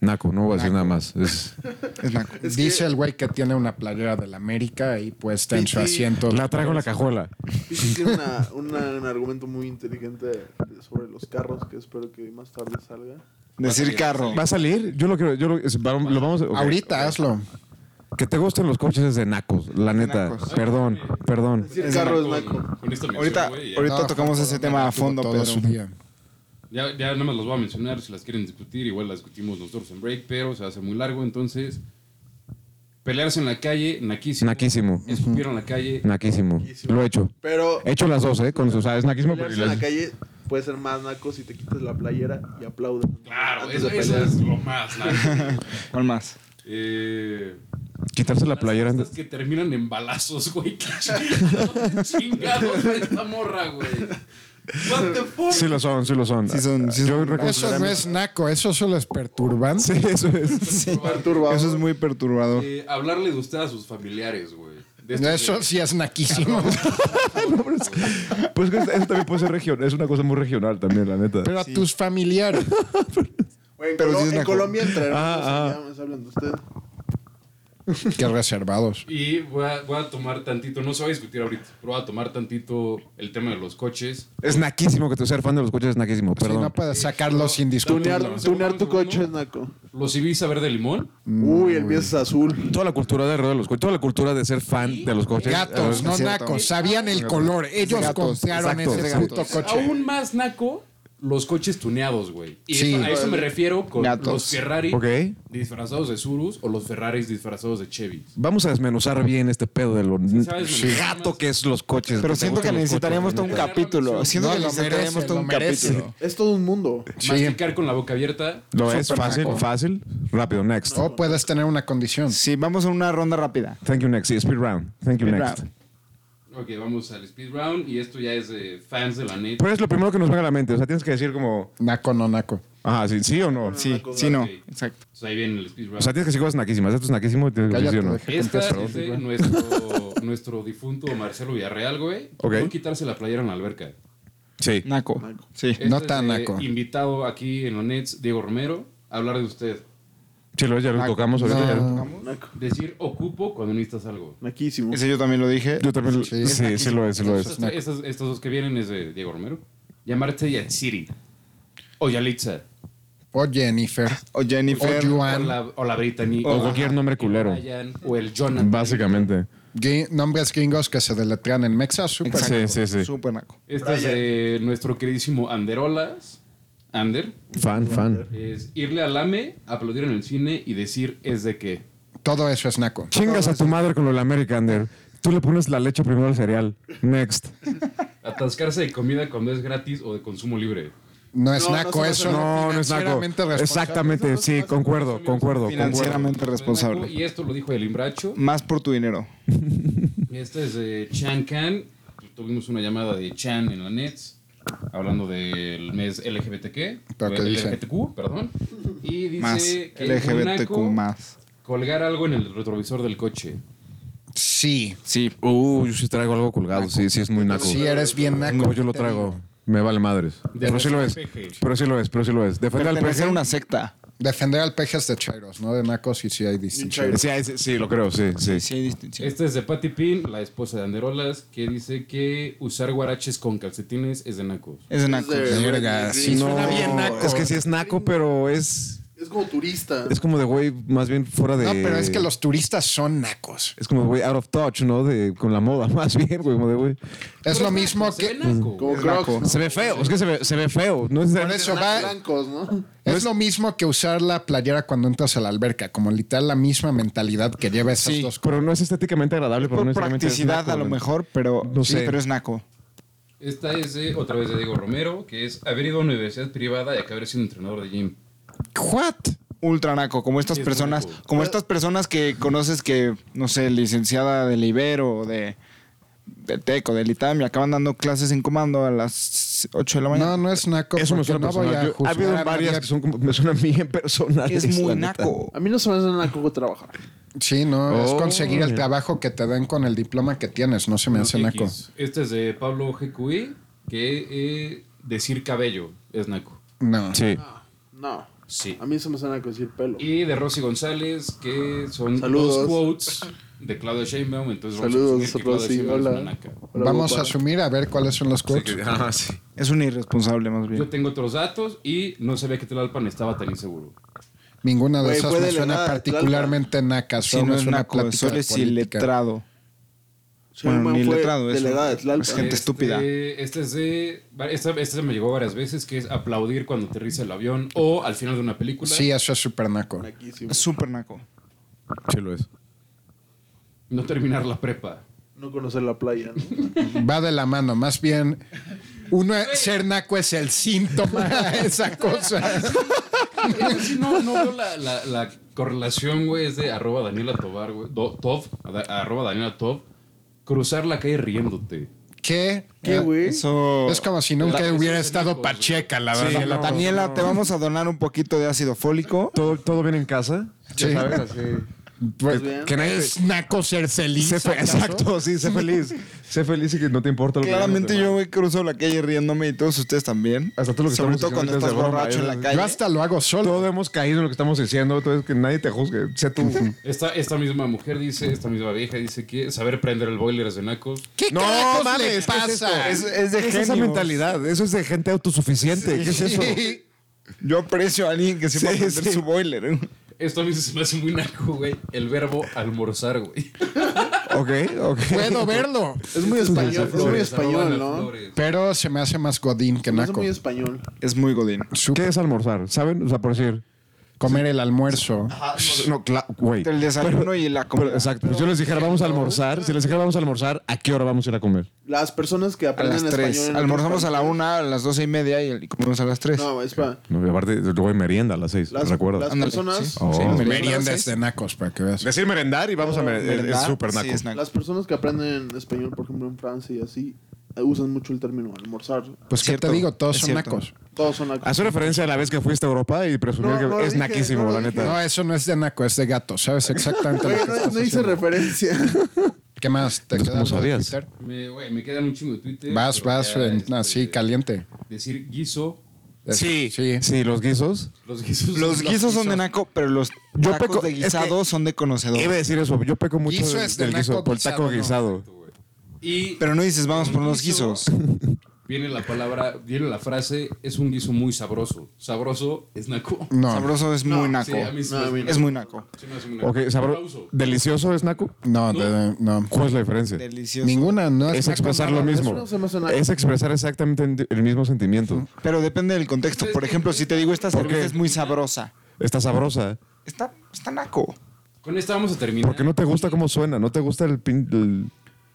Speaker 3: Naco, no voy a decir nada más. Es
Speaker 7: Es naco.
Speaker 2: Dice el güey que tiene una playera del América y puesta en su
Speaker 4: Sí, sí.
Speaker 2: asiento.
Speaker 3: La traigo en la cajuela.
Speaker 4: Piti tiene una- una- un argumento muy inteligente de- sobre los carros que espero que más tarde salga.
Speaker 7: Decir carro.
Speaker 3: ¿Va a salir? Yo lo quiero... Yo lo, es- vamos- lo vamos a- ok.
Speaker 2: Ahorita hazlo.
Speaker 3: Que te gusten los coches es de nacos, la neta.
Speaker 7: nacos.
Speaker 3: Perdón, perdón.
Speaker 4: Decir carro es naco.
Speaker 1: Con, con esta mención,
Speaker 7: Ahorita,
Speaker 1: güey, ya,
Speaker 7: ahorita
Speaker 2: No,
Speaker 7: tocamos ese tema a fondo,
Speaker 2: todo
Speaker 7: pero
Speaker 2: su día.
Speaker 1: ya, ya nada más los voy a mencionar. Si las quieren discutir, igual las discutimos nosotros en break, pero se hace muy largo. Entonces, pelearse en la calle, naquísimo.
Speaker 3: Naquísimo.
Speaker 1: Escupir en la calle.
Speaker 3: Naquísimo. Lo he hecho.
Speaker 4: Pero
Speaker 3: He hecho las dos, ¿eh? Con sus, o sea, es naquísimo, pero...
Speaker 4: pelearse
Speaker 3: y
Speaker 4: en la
Speaker 3: las-
Speaker 4: calle puede ser más naco si te quitas la playera y aplaudes.
Speaker 1: Claro,
Speaker 4: Antes
Speaker 1: eso,
Speaker 4: de
Speaker 1: eso
Speaker 4: pelear.
Speaker 1: es lo más.
Speaker 4: [LAUGHS]
Speaker 1: naco.
Speaker 7: [LAUGHS] ¿Cuál más?
Speaker 1: eh,
Speaker 3: Quitarse la
Speaker 1: las
Speaker 3: playera...
Speaker 1: fiestas que terminan en balazos, güey.
Speaker 4: [LAUGHS]
Speaker 1: ¿Qué chingados chingados fue esta morra, güey? What the fuck?
Speaker 3: Sí lo son, sí lo son.
Speaker 7: Sí son- sí
Speaker 3: Yo
Speaker 7: son-
Speaker 2: Eso no
Speaker 3: reconsidero-
Speaker 2: es naco, eso solo es perturbante.
Speaker 3: Sí, [LAUGHS] eso es.
Speaker 4: Perturbador.
Speaker 7: Eso es muy perturbador.
Speaker 1: Eh, hablarle de usted a sus familiares, güey. De estos
Speaker 2: Eso
Speaker 1: de-
Speaker 2: sí es naquísimo.
Speaker 3: Pues que eso también puede ser regional. Es una cosa muy regional también, la neta.
Speaker 2: Pero a tus familiares.
Speaker 4: Güey, en
Speaker 7: pero
Speaker 4: Colo-
Speaker 7: sí es
Speaker 4: en
Speaker 7: naco.
Speaker 4: Colombia entre
Speaker 3: Ah,
Speaker 4: hermanos, ya me está hablando usted.
Speaker 2: Qué reservados.
Speaker 1: Y voy a, voy a tomar tantito, no se va a discutir ahorita, pero voy a tomar tantito el tema de los coches.
Speaker 3: Es naquísimo que tú seas fan de los coches, es naquísimo.
Speaker 2: Si
Speaker 3: Perdón.
Speaker 2: no puedes sacarlo sin
Speaker 1: Tunear-
Speaker 2: discutirlo.
Speaker 4: Tunear tu
Speaker 1: segundo.
Speaker 4: coche es naco.
Speaker 1: Los Ibis a verde limón.
Speaker 7: Mm,
Speaker 4: Uy, el mío es azul.
Speaker 3: Toda la cultura de alrededor de los coches, toda la cultura de ser fan de los coches. eh,
Speaker 2: Gatos, no
Speaker 7: Es cierto.
Speaker 2: nacos. Sabían el color. Ellos
Speaker 7: Gatos,
Speaker 2: compraron
Speaker 7: exacto.
Speaker 2: ese
Speaker 7: Gatos.
Speaker 2: puto coche.
Speaker 1: Aún más naco, los coches tuneados, güey. Y
Speaker 2: Sí.
Speaker 1: a eso me refiero con
Speaker 7: Gatos.
Speaker 1: los Ferrari
Speaker 3: Ok.
Speaker 1: disfrazados de Surus o los Ferraris disfrazados de Chevy.
Speaker 3: Vamos a desmenuzar bien este pedo de lo
Speaker 1: ¿sabes?
Speaker 3: sí. gato que es los coches.
Speaker 7: Pero
Speaker 3: que te
Speaker 7: siento que
Speaker 3: gustan los
Speaker 7: necesitaríamos todo
Speaker 3: coches,
Speaker 7: un
Speaker 3: la neta.
Speaker 7: capítulo. Siento
Speaker 2: No,
Speaker 7: que
Speaker 2: lo merece,
Speaker 7: necesitaríamos todo
Speaker 2: lo
Speaker 7: un
Speaker 2: merece.
Speaker 7: capítulo.
Speaker 4: Es todo un mundo.
Speaker 2: Sí.
Speaker 1: Masticar con la boca abierta.
Speaker 3: Lo es
Speaker 2: Súper
Speaker 3: fácil,
Speaker 2: naco.
Speaker 3: fácil. Rápido, next.
Speaker 7: Oh.
Speaker 2: O puedes tener una condición.
Speaker 7: Sí, vamos a una ronda rápida.
Speaker 3: Thank you, next. Sí, speed round. Thank you,
Speaker 7: Speed
Speaker 3: next.
Speaker 7: round.
Speaker 1: Ok, vamos al speed round y esto ya es de fans de la net.
Speaker 3: Pero es lo primero que nos venga a la mente. O sea, tienes que decir como,
Speaker 2: Naco, no naco.
Speaker 3: ajá, sí, sí o no.
Speaker 7: Sí, sí, no.
Speaker 1: Ok.
Speaker 7: Exacto.
Speaker 1: O sea, ahí viene el speed round.
Speaker 3: O sea, tienes que decir cosas naquísimas. Esto es naquísimo. y Tienes que decir sí o
Speaker 2: Cállate,
Speaker 3: no.
Speaker 2: deja que
Speaker 1: Esta
Speaker 2: empiece.
Speaker 1: es de
Speaker 3: [LAUGHS]
Speaker 1: nuestro, nuestro difunto Marcelo Villarreal, güey.
Speaker 3: Ok.
Speaker 1: No quitarse la playera en la alberca.
Speaker 3: Sí.
Speaker 7: Naco. Sí.
Speaker 1: Esta
Speaker 2: No
Speaker 1: es
Speaker 2: tan
Speaker 1: de
Speaker 2: naco.
Speaker 1: Invitado aquí en los Nets, Diego Romero, a hablar de usted.
Speaker 3: Sí, lo, ya lo tocamos ahorita. ya lo tocamos.
Speaker 2: No,
Speaker 4: Naco.
Speaker 1: Decir ocupo cuando necesitas algo.
Speaker 4: Naquísimo.
Speaker 7: Ese yo también lo dije.
Speaker 3: Yo también. Sí,
Speaker 2: Sí.
Speaker 3: sí, lo es, sí lo es.
Speaker 1: Estas- estas- estos dos que vienen es de Diego Romero. Llamarte Yatsiri. O Yalitza.
Speaker 2: O Jennifer.
Speaker 7: O
Speaker 2: O
Speaker 7: Jennifer.
Speaker 1: O
Speaker 2: Juan.
Speaker 1: la, o la Brittany.
Speaker 3: O cualquier nombre culero.
Speaker 1: Brian, o el Jonathan.
Speaker 3: Básicamente.
Speaker 2: Gui- Nombres gringos que se deletrean en Mexa. Súper.
Speaker 3: Sí, sí, sí.
Speaker 7: Súper naco.
Speaker 1: Esta Este es de nuestro queridísimo Anderolas. Ander.
Speaker 3: Fan, fan.
Speaker 1: Es irle al AME, aplaudir en el cine y decir es de qué.
Speaker 2: Todo eso es naco.
Speaker 3: Chingas a tu madre con lo del Americander. Tú le pones la leche primero al cereal. Next.
Speaker 1: Atascarse de comida cuando es gratis o de consumo libre.
Speaker 2: No es
Speaker 4: No, no
Speaker 2: naco
Speaker 4: se
Speaker 2: eso.
Speaker 3: No, no es naco.
Speaker 2: Financieramente responsable.
Speaker 3: Exactamente, sí, concuerdo, concuerdo, concuerdo.
Speaker 7: Financieramente responsable.
Speaker 1: Y esto lo dijo el Imbracho.
Speaker 7: Más por tu dinero.
Speaker 1: Este es de Chan Can. Tuvimos una llamada de Chan en la Nets. Hablando del mes LGBTQ.
Speaker 2: ¿Pero qué
Speaker 1: el
Speaker 2: dice?
Speaker 1: LGBTQ, perdón. Y dice
Speaker 7: Más.
Speaker 1: que es un
Speaker 7: LGBTQ
Speaker 1: naco
Speaker 7: más.
Speaker 1: colgar algo en el retrovisor del coche.
Speaker 2: Sí.
Speaker 7: Sí.
Speaker 3: Uh, yo sí traigo algo colgado. Sí, sí, es muy naco.
Speaker 2: Si eres bien naco.
Speaker 3: No, yo lo traigo. Me vale madres. Pero sí lo es. Pero sí lo es, pero sí lo es. Defender al
Speaker 7: Pertenecer
Speaker 3: peje.
Speaker 7: a una secta.
Speaker 2: Defender al pejes de Chairos, no de Nacos, y sí hay distinción.
Speaker 4: Chairo.
Speaker 3: Sí, ahí sí, sí, lo creo, sí, sí.
Speaker 7: Sí, hay distinción.
Speaker 1: Esta Este es de Patty Pin, la esposa de Anderolas, que dice que usar guaraches con calcetines es de nacos.
Speaker 7: Es de naco.
Speaker 4: Es de-
Speaker 2: Verga,
Speaker 4: sí,
Speaker 2: sí,
Speaker 4: sí,
Speaker 3: Suena
Speaker 4: suena
Speaker 3: bien
Speaker 4: bien.
Speaker 3: naco. Es que sí es naco, pero es,
Speaker 4: Es como turista.
Speaker 3: es como de güey más bien fuera de...
Speaker 2: No, pero es que los turistas son nacos.
Speaker 3: Es como de güey out of touch, ¿no? De, con la moda, [LAUGHS] más bien, güey, como de güey.
Speaker 2: Es lo mismo
Speaker 1: Se ve
Speaker 2: que.
Speaker 1: naco.
Speaker 4: como
Speaker 7: es
Speaker 4: Crocs.
Speaker 7: naco.
Speaker 4: ¿no?
Speaker 3: Se ve feo, es que se ve, se ve feo. No es
Speaker 2: Por eso va.
Speaker 4: Blancos, ¿no?
Speaker 2: Es lo mismo que usar la playera cuando entras a la alberca, como literal la misma mentalidad que lleva esas
Speaker 7: Sí,
Speaker 2: dos cosas.
Speaker 3: Pero no es estéticamente agradable, pero no
Speaker 7: Por
Speaker 3: necesariamente es
Speaker 7: practicidad
Speaker 3: naco,
Speaker 7: a lo
Speaker 3: güey.
Speaker 7: mejor, pero
Speaker 3: No
Speaker 7: sí,
Speaker 3: sé.
Speaker 7: pero es naco.
Speaker 1: Esta es de, otra vez de Diego Romero, que es haber ido a una universidad privada y acabar siendo entrenador de gym.
Speaker 7: ¿What? Ultra naco, como estas
Speaker 1: Sí, es
Speaker 7: personas,
Speaker 1: naco.
Speaker 7: como estas personas que conoces que, no sé, licenciada del Ibero o de, de Teco, del ITAM, y acaban dando clases en comando a las 8 de la mañana.
Speaker 2: No, no es naco.
Speaker 3: Eso me
Speaker 2: porque
Speaker 3: suena
Speaker 2: no voy
Speaker 3: personal.
Speaker 2: a
Speaker 3: Yo- ha habido
Speaker 2: juzgar a
Speaker 3: varias
Speaker 2: nadie.
Speaker 3: que son como, me suenan bien [LAUGHS] personales.
Speaker 7: es muy
Speaker 3: la neta.
Speaker 7: naco.
Speaker 4: A mí no se me hace naco trabajar.
Speaker 2: Sí, no, es
Speaker 3: Oh.
Speaker 2: conseguir el trabajo que te den con el diploma que tienes, no se me hace naco.
Speaker 1: X. Esta es de Pablo GQI, que eh, decir cabello es naco.
Speaker 2: No.
Speaker 3: Sí.
Speaker 4: No.
Speaker 1: Sí.
Speaker 4: A mí se me hace naco decir pelo.
Speaker 1: Y de Rosy González, que son dos
Speaker 4: Saludos.
Speaker 1: quotes de Claudia Sheinbaum. Entonces vamos a
Speaker 4: Saludos,
Speaker 1: asumir que Claudia
Speaker 4: Rosy.
Speaker 1: Sheinbaum es una
Speaker 4: Hola.
Speaker 1: naca.
Speaker 4: Hola,
Speaker 2: Vamos
Speaker 4: guapa.
Speaker 2: a asumir a ver cuáles son los quotes.
Speaker 3: Ah, sí.
Speaker 7: Es un irresponsable más bien.
Speaker 1: Yo tengo otros datos y no sabía que Tlalpan estaba tan inseguro.
Speaker 2: Ninguna de
Speaker 4: Güey,
Speaker 2: esas
Speaker 4: fue
Speaker 2: me
Speaker 4: de la
Speaker 2: suena
Speaker 4: nada,
Speaker 2: particularmente naca.
Speaker 7: Si
Speaker 2: Solo
Speaker 7: no
Speaker 2: es
Speaker 7: es
Speaker 2: una
Speaker 7: naco,
Speaker 2: plática
Speaker 7: solo
Speaker 2: de
Speaker 7: es
Speaker 2: política.
Speaker 7: iletrado.
Speaker 4: Sheinbaum
Speaker 7: Bueno, ni
Speaker 4: fue
Speaker 7: letrado
Speaker 4: de
Speaker 7: eso.
Speaker 4: la edad de Tlalpan.
Speaker 7: Es gente
Speaker 1: Este,
Speaker 7: estúpida.
Speaker 1: Esta es de. Esta, esta me llegó varias veces, que es aplaudir cuando aterriza el avión o al final de una película.
Speaker 2: Sí, eso es súper naco.
Speaker 4: Naquísimo.
Speaker 7: Es súper naco.
Speaker 3: Sí lo es.
Speaker 1: No terminar la prepa.
Speaker 4: No conocer la playa, ¿no?
Speaker 2: Va de la mano. Más bien, uno ser naco es el síntoma de
Speaker 4: [LAUGHS]
Speaker 2: esa cosa.
Speaker 1: Eso sí, no, no veo la, la- la correlación, güey, es de arroba Daniela Tobar, güey. Do- Tov, ada- arroba Daniela Tov. Cruzar la calle riéndote.
Speaker 2: ¿Qué?
Speaker 7: [LAUGHS]
Speaker 2: Ah,
Speaker 4: ¿Qué, güey?
Speaker 7: Eso.
Speaker 2: Es como si nunca
Speaker 1: La-
Speaker 2: hubiera
Speaker 1: esos
Speaker 2: estado
Speaker 1: nacos, güey.
Speaker 2: Pacheca, la
Speaker 7: Sí,
Speaker 2: verdad.
Speaker 7: Daniela, Daniela, te vamos a donar un poquito de ácido fólico.
Speaker 3: ¿Todo, todo bien en casa?
Speaker 2: Sí.
Speaker 3: Ya
Speaker 7: [LAUGHS]
Speaker 3: sabes, así.
Speaker 2: Pues,
Speaker 4: bien.
Speaker 2: que nadie- es naco ser feliz.
Speaker 3: Sé fe-
Speaker 2: ¿acaso?
Speaker 3: exacto, sí, sé feliz. sé feliz y que no te importa lo que
Speaker 7: Claramente
Speaker 3: digan
Speaker 7: yo
Speaker 3: los demás.
Speaker 7: voy cruzo la calle riéndome y todos ustedes también.
Speaker 3: Hasta todo lo que
Speaker 7: Sobre
Speaker 3: estamos
Speaker 7: todo cuando
Speaker 3: diciendo
Speaker 7: estás
Speaker 3: es de broma, ¿eh?
Speaker 7: borracho en la
Speaker 3: yo-
Speaker 7: calle.
Speaker 2: Yo hasta lo hago solo.
Speaker 3: Todo hemos caído en lo que estamos diciendo, entonces que nadie te juzgue. Sé
Speaker 7: [LAUGHS]
Speaker 3: tú.
Speaker 1: Esta, esta misma mujer dice, esta misma vieja dice que saber prender el boiler es de nacos.
Speaker 2: ¿Qué
Speaker 3: No,
Speaker 2: carajos
Speaker 3: mames, ¿qué
Speaker 2: le
Speaker 3: es
Speaker 2: pasa?
Speaker 7: Es, es de
Speaker 3: ¿Qué es esa
Speaker 7: genios.
Speaker 3: mentalidad? Eso es de gente autosuficiente. ¿Qué es eso?
Speaker 7: Yo aprecio a alguien que sepa prender su boiler.
Speaker 1: Esto a mí se me hace muy naco, güey. El verbo almorzar, güey.
Speaker 3: Ok, ok.
Speaker 7: [LAUGHS]
Speaker 2: Puedo verlo.
Speaker 4: Es muy español, es muy
Speaker 1: Flores, arroba
Speaker 4: español,
Speaker 1: Ana
Speaker 4: ¿no?
Speaker 1: Flores.
Speaker 2: Pero se me hace más godín que
Speaker 4: Es
Speaker 2: naco.
Speaker 4: muy español.
Speaker 7: Es muy godín.
Speaker 3: ¿Qué es almorzar? ¿Saben? O sea, por decir.
Speaker 2: Comer el almuerzo.
Speaker 3: No, cla- güey.
Speaker 7: El desayuno y la comida.
Speaker 3: Pero, exacto. Si yo les dijera vamos a almorzar, si les dijera vamos a almorzar, ¿a qué hora vamos a ir a comer?
Speaker 4: Las personas que
Speaker 7: A
Speaker 4: aprenden
Speaker 7: las
Speaker 4: español.
Speaker 7: 3.
Speaker 4: en
Speaker 7: Almorzamos
Speaker 4: otros
Speaker 7: a la
Speaker 4: países-
Speaker 7: 1, a las 12 y media y, y comemos a las 3.
Speaker 4: No, es pa-
Speaker 3: No, y aparte, luego hay merienda a las seis,
Speaker 4: Las,
Speaker 3: recuerda.
Speaker 4: las
Speaker 7: Ándale,
Speaker 4: personas.
Speaker 7: sí.
Speaker 3: Oh.
Speaker 4: sí, las
Speaker 2: Meriendas
Speaker 4: personas-
Speaker 2: de nacos, para que veas.
Speaker 3: Decir merendar y vamos a merendar.
Speaker 7: ¿Verdad?
Speaker 3: Es súper
Speaker 7: Sí,
Speaker 3: naco.
Speaker 7: es naco.
Speaker 4: Las personas que aprenden español, por ejemplo, en Francia y así, eh, usan mucho el término almorzar.
Speaker 2: Pues, ¿qué
Speaker 7: Cierto,
Speaker 2: te digo? Todos
Speaker 7: es
Speaker 2: son
Speaker 7: cierto.
Speaker 2: nacos.
Speaker 4: Todos son nacos.
Speaker 3: Hace referencia a la vez que fuiste a Europa y presumir
Speaker 4: No,
Speaker 3: que
Speaker 4: no lo
Speaker 3: es
Speaker 4: dije,
Speaker 3: naquísimo,
Speaker 4: no lo
Speaker 3: la
Speaker 4: dije.
Speaker 3: neta.
Speaker 2: No, eso no es de naco, es de gato. ¿Sabes exactamente?
Speaker 4: Güey,
Speaker 2: lo que
Speaker 4: no,
Speaker 2: estás
Speaker 4: no hice
Speaker 2: haciendo?
Speaker 4: referencia.
Speaker 2: ¿Qué más? ¿Te
Speaker 3: Entonces,
Speaker 2: queda
Speaker 3: ¿cómo
Speaker 2: algo de
Speaker 3: sabías?
Speaker 2: Twitter?
Speaker 1: Me, güey, me quedan un chingo de Twitter.
Speaker 2: Vas,
Speaker 1: pero
Speaker 2: vas,
Speaker 1: ya,
Speaker 2: en-
Speaker 1: este,
Speaker 2: así, caliente.
Speaker 1: Decir guiso.
Speaker 2: Sí. Sí.
Speaker 3: Sí, los guisos.
Speaker 1: Los guisos.
Speaker 7: Los guisos son de naco, pero los
Speaker 3: Yo
Speaker 7: tacos
Speaker 3: peco-
Speaker 7: de
Speaker 3: es que-
Speaker 7: guisado son de conocedor.
Speaker 3: Iba a decir eso. Yo peco mucho
Speaker 2: Guiso
Speaker 3: del,
Speaker 2: es de
Speaker 3: del
Speaker 2: naco
Speaker 3: guiso, por el taco
Speaker 2: guisado,
Speaker 3: guisado.
Speaker 1: Y
Speaker 7: Pero no dices, vamos por unos
Speaker 1: Guiso.
Speaker 7: guisos.
Speaker 1: viene la palabra, viene la frase, es un guiso muy sabroso. Sabroso es naco.
Speaker 2: No.
Speaker 7: Sabroso es muy naco.
Speaker 1: Sí, a mí sí
Speaker 4: No,
Speaker 1: me
Speaker 4: a mí
Speaker 1: suena.
Speaker 7: Es muy naco.
Speaker 1: Sí me hace muy naco.
Speaker 3: Ok, sabroso.
Speaker 1: Aplauso.
Speaker 3: ¿Delicioso es naco?
Speaker 2: No, de- no.
Speaker 3: ¿Cuál es la diferencia?
Speaker 7: Delicioso.
Speaker 2: Ninguna, no es,
Speaker 3: Es expresar lo
Speaker 4: nada, eso
Speaker 3: mismo.
Speaker 4: no se me hace naco.
Speaker 3: Es expresar exactamente el mismo sentimiento.
Speaker 7: Pero depende del contexto. Por ejemplo, si te digo esta
Speaker 3: ¿Por
Speaker 7: cerveza
Speaker 3: qué?
Speaker 7: es muy sabrosa.
Speaker 3: Está sabrosa.
Speaker 7: Está, está naco.
Speaker 1: Con esta vamos a terminar.
Speaker 3: Porque no te gusta cómo suena, no te gusta el, pin- el-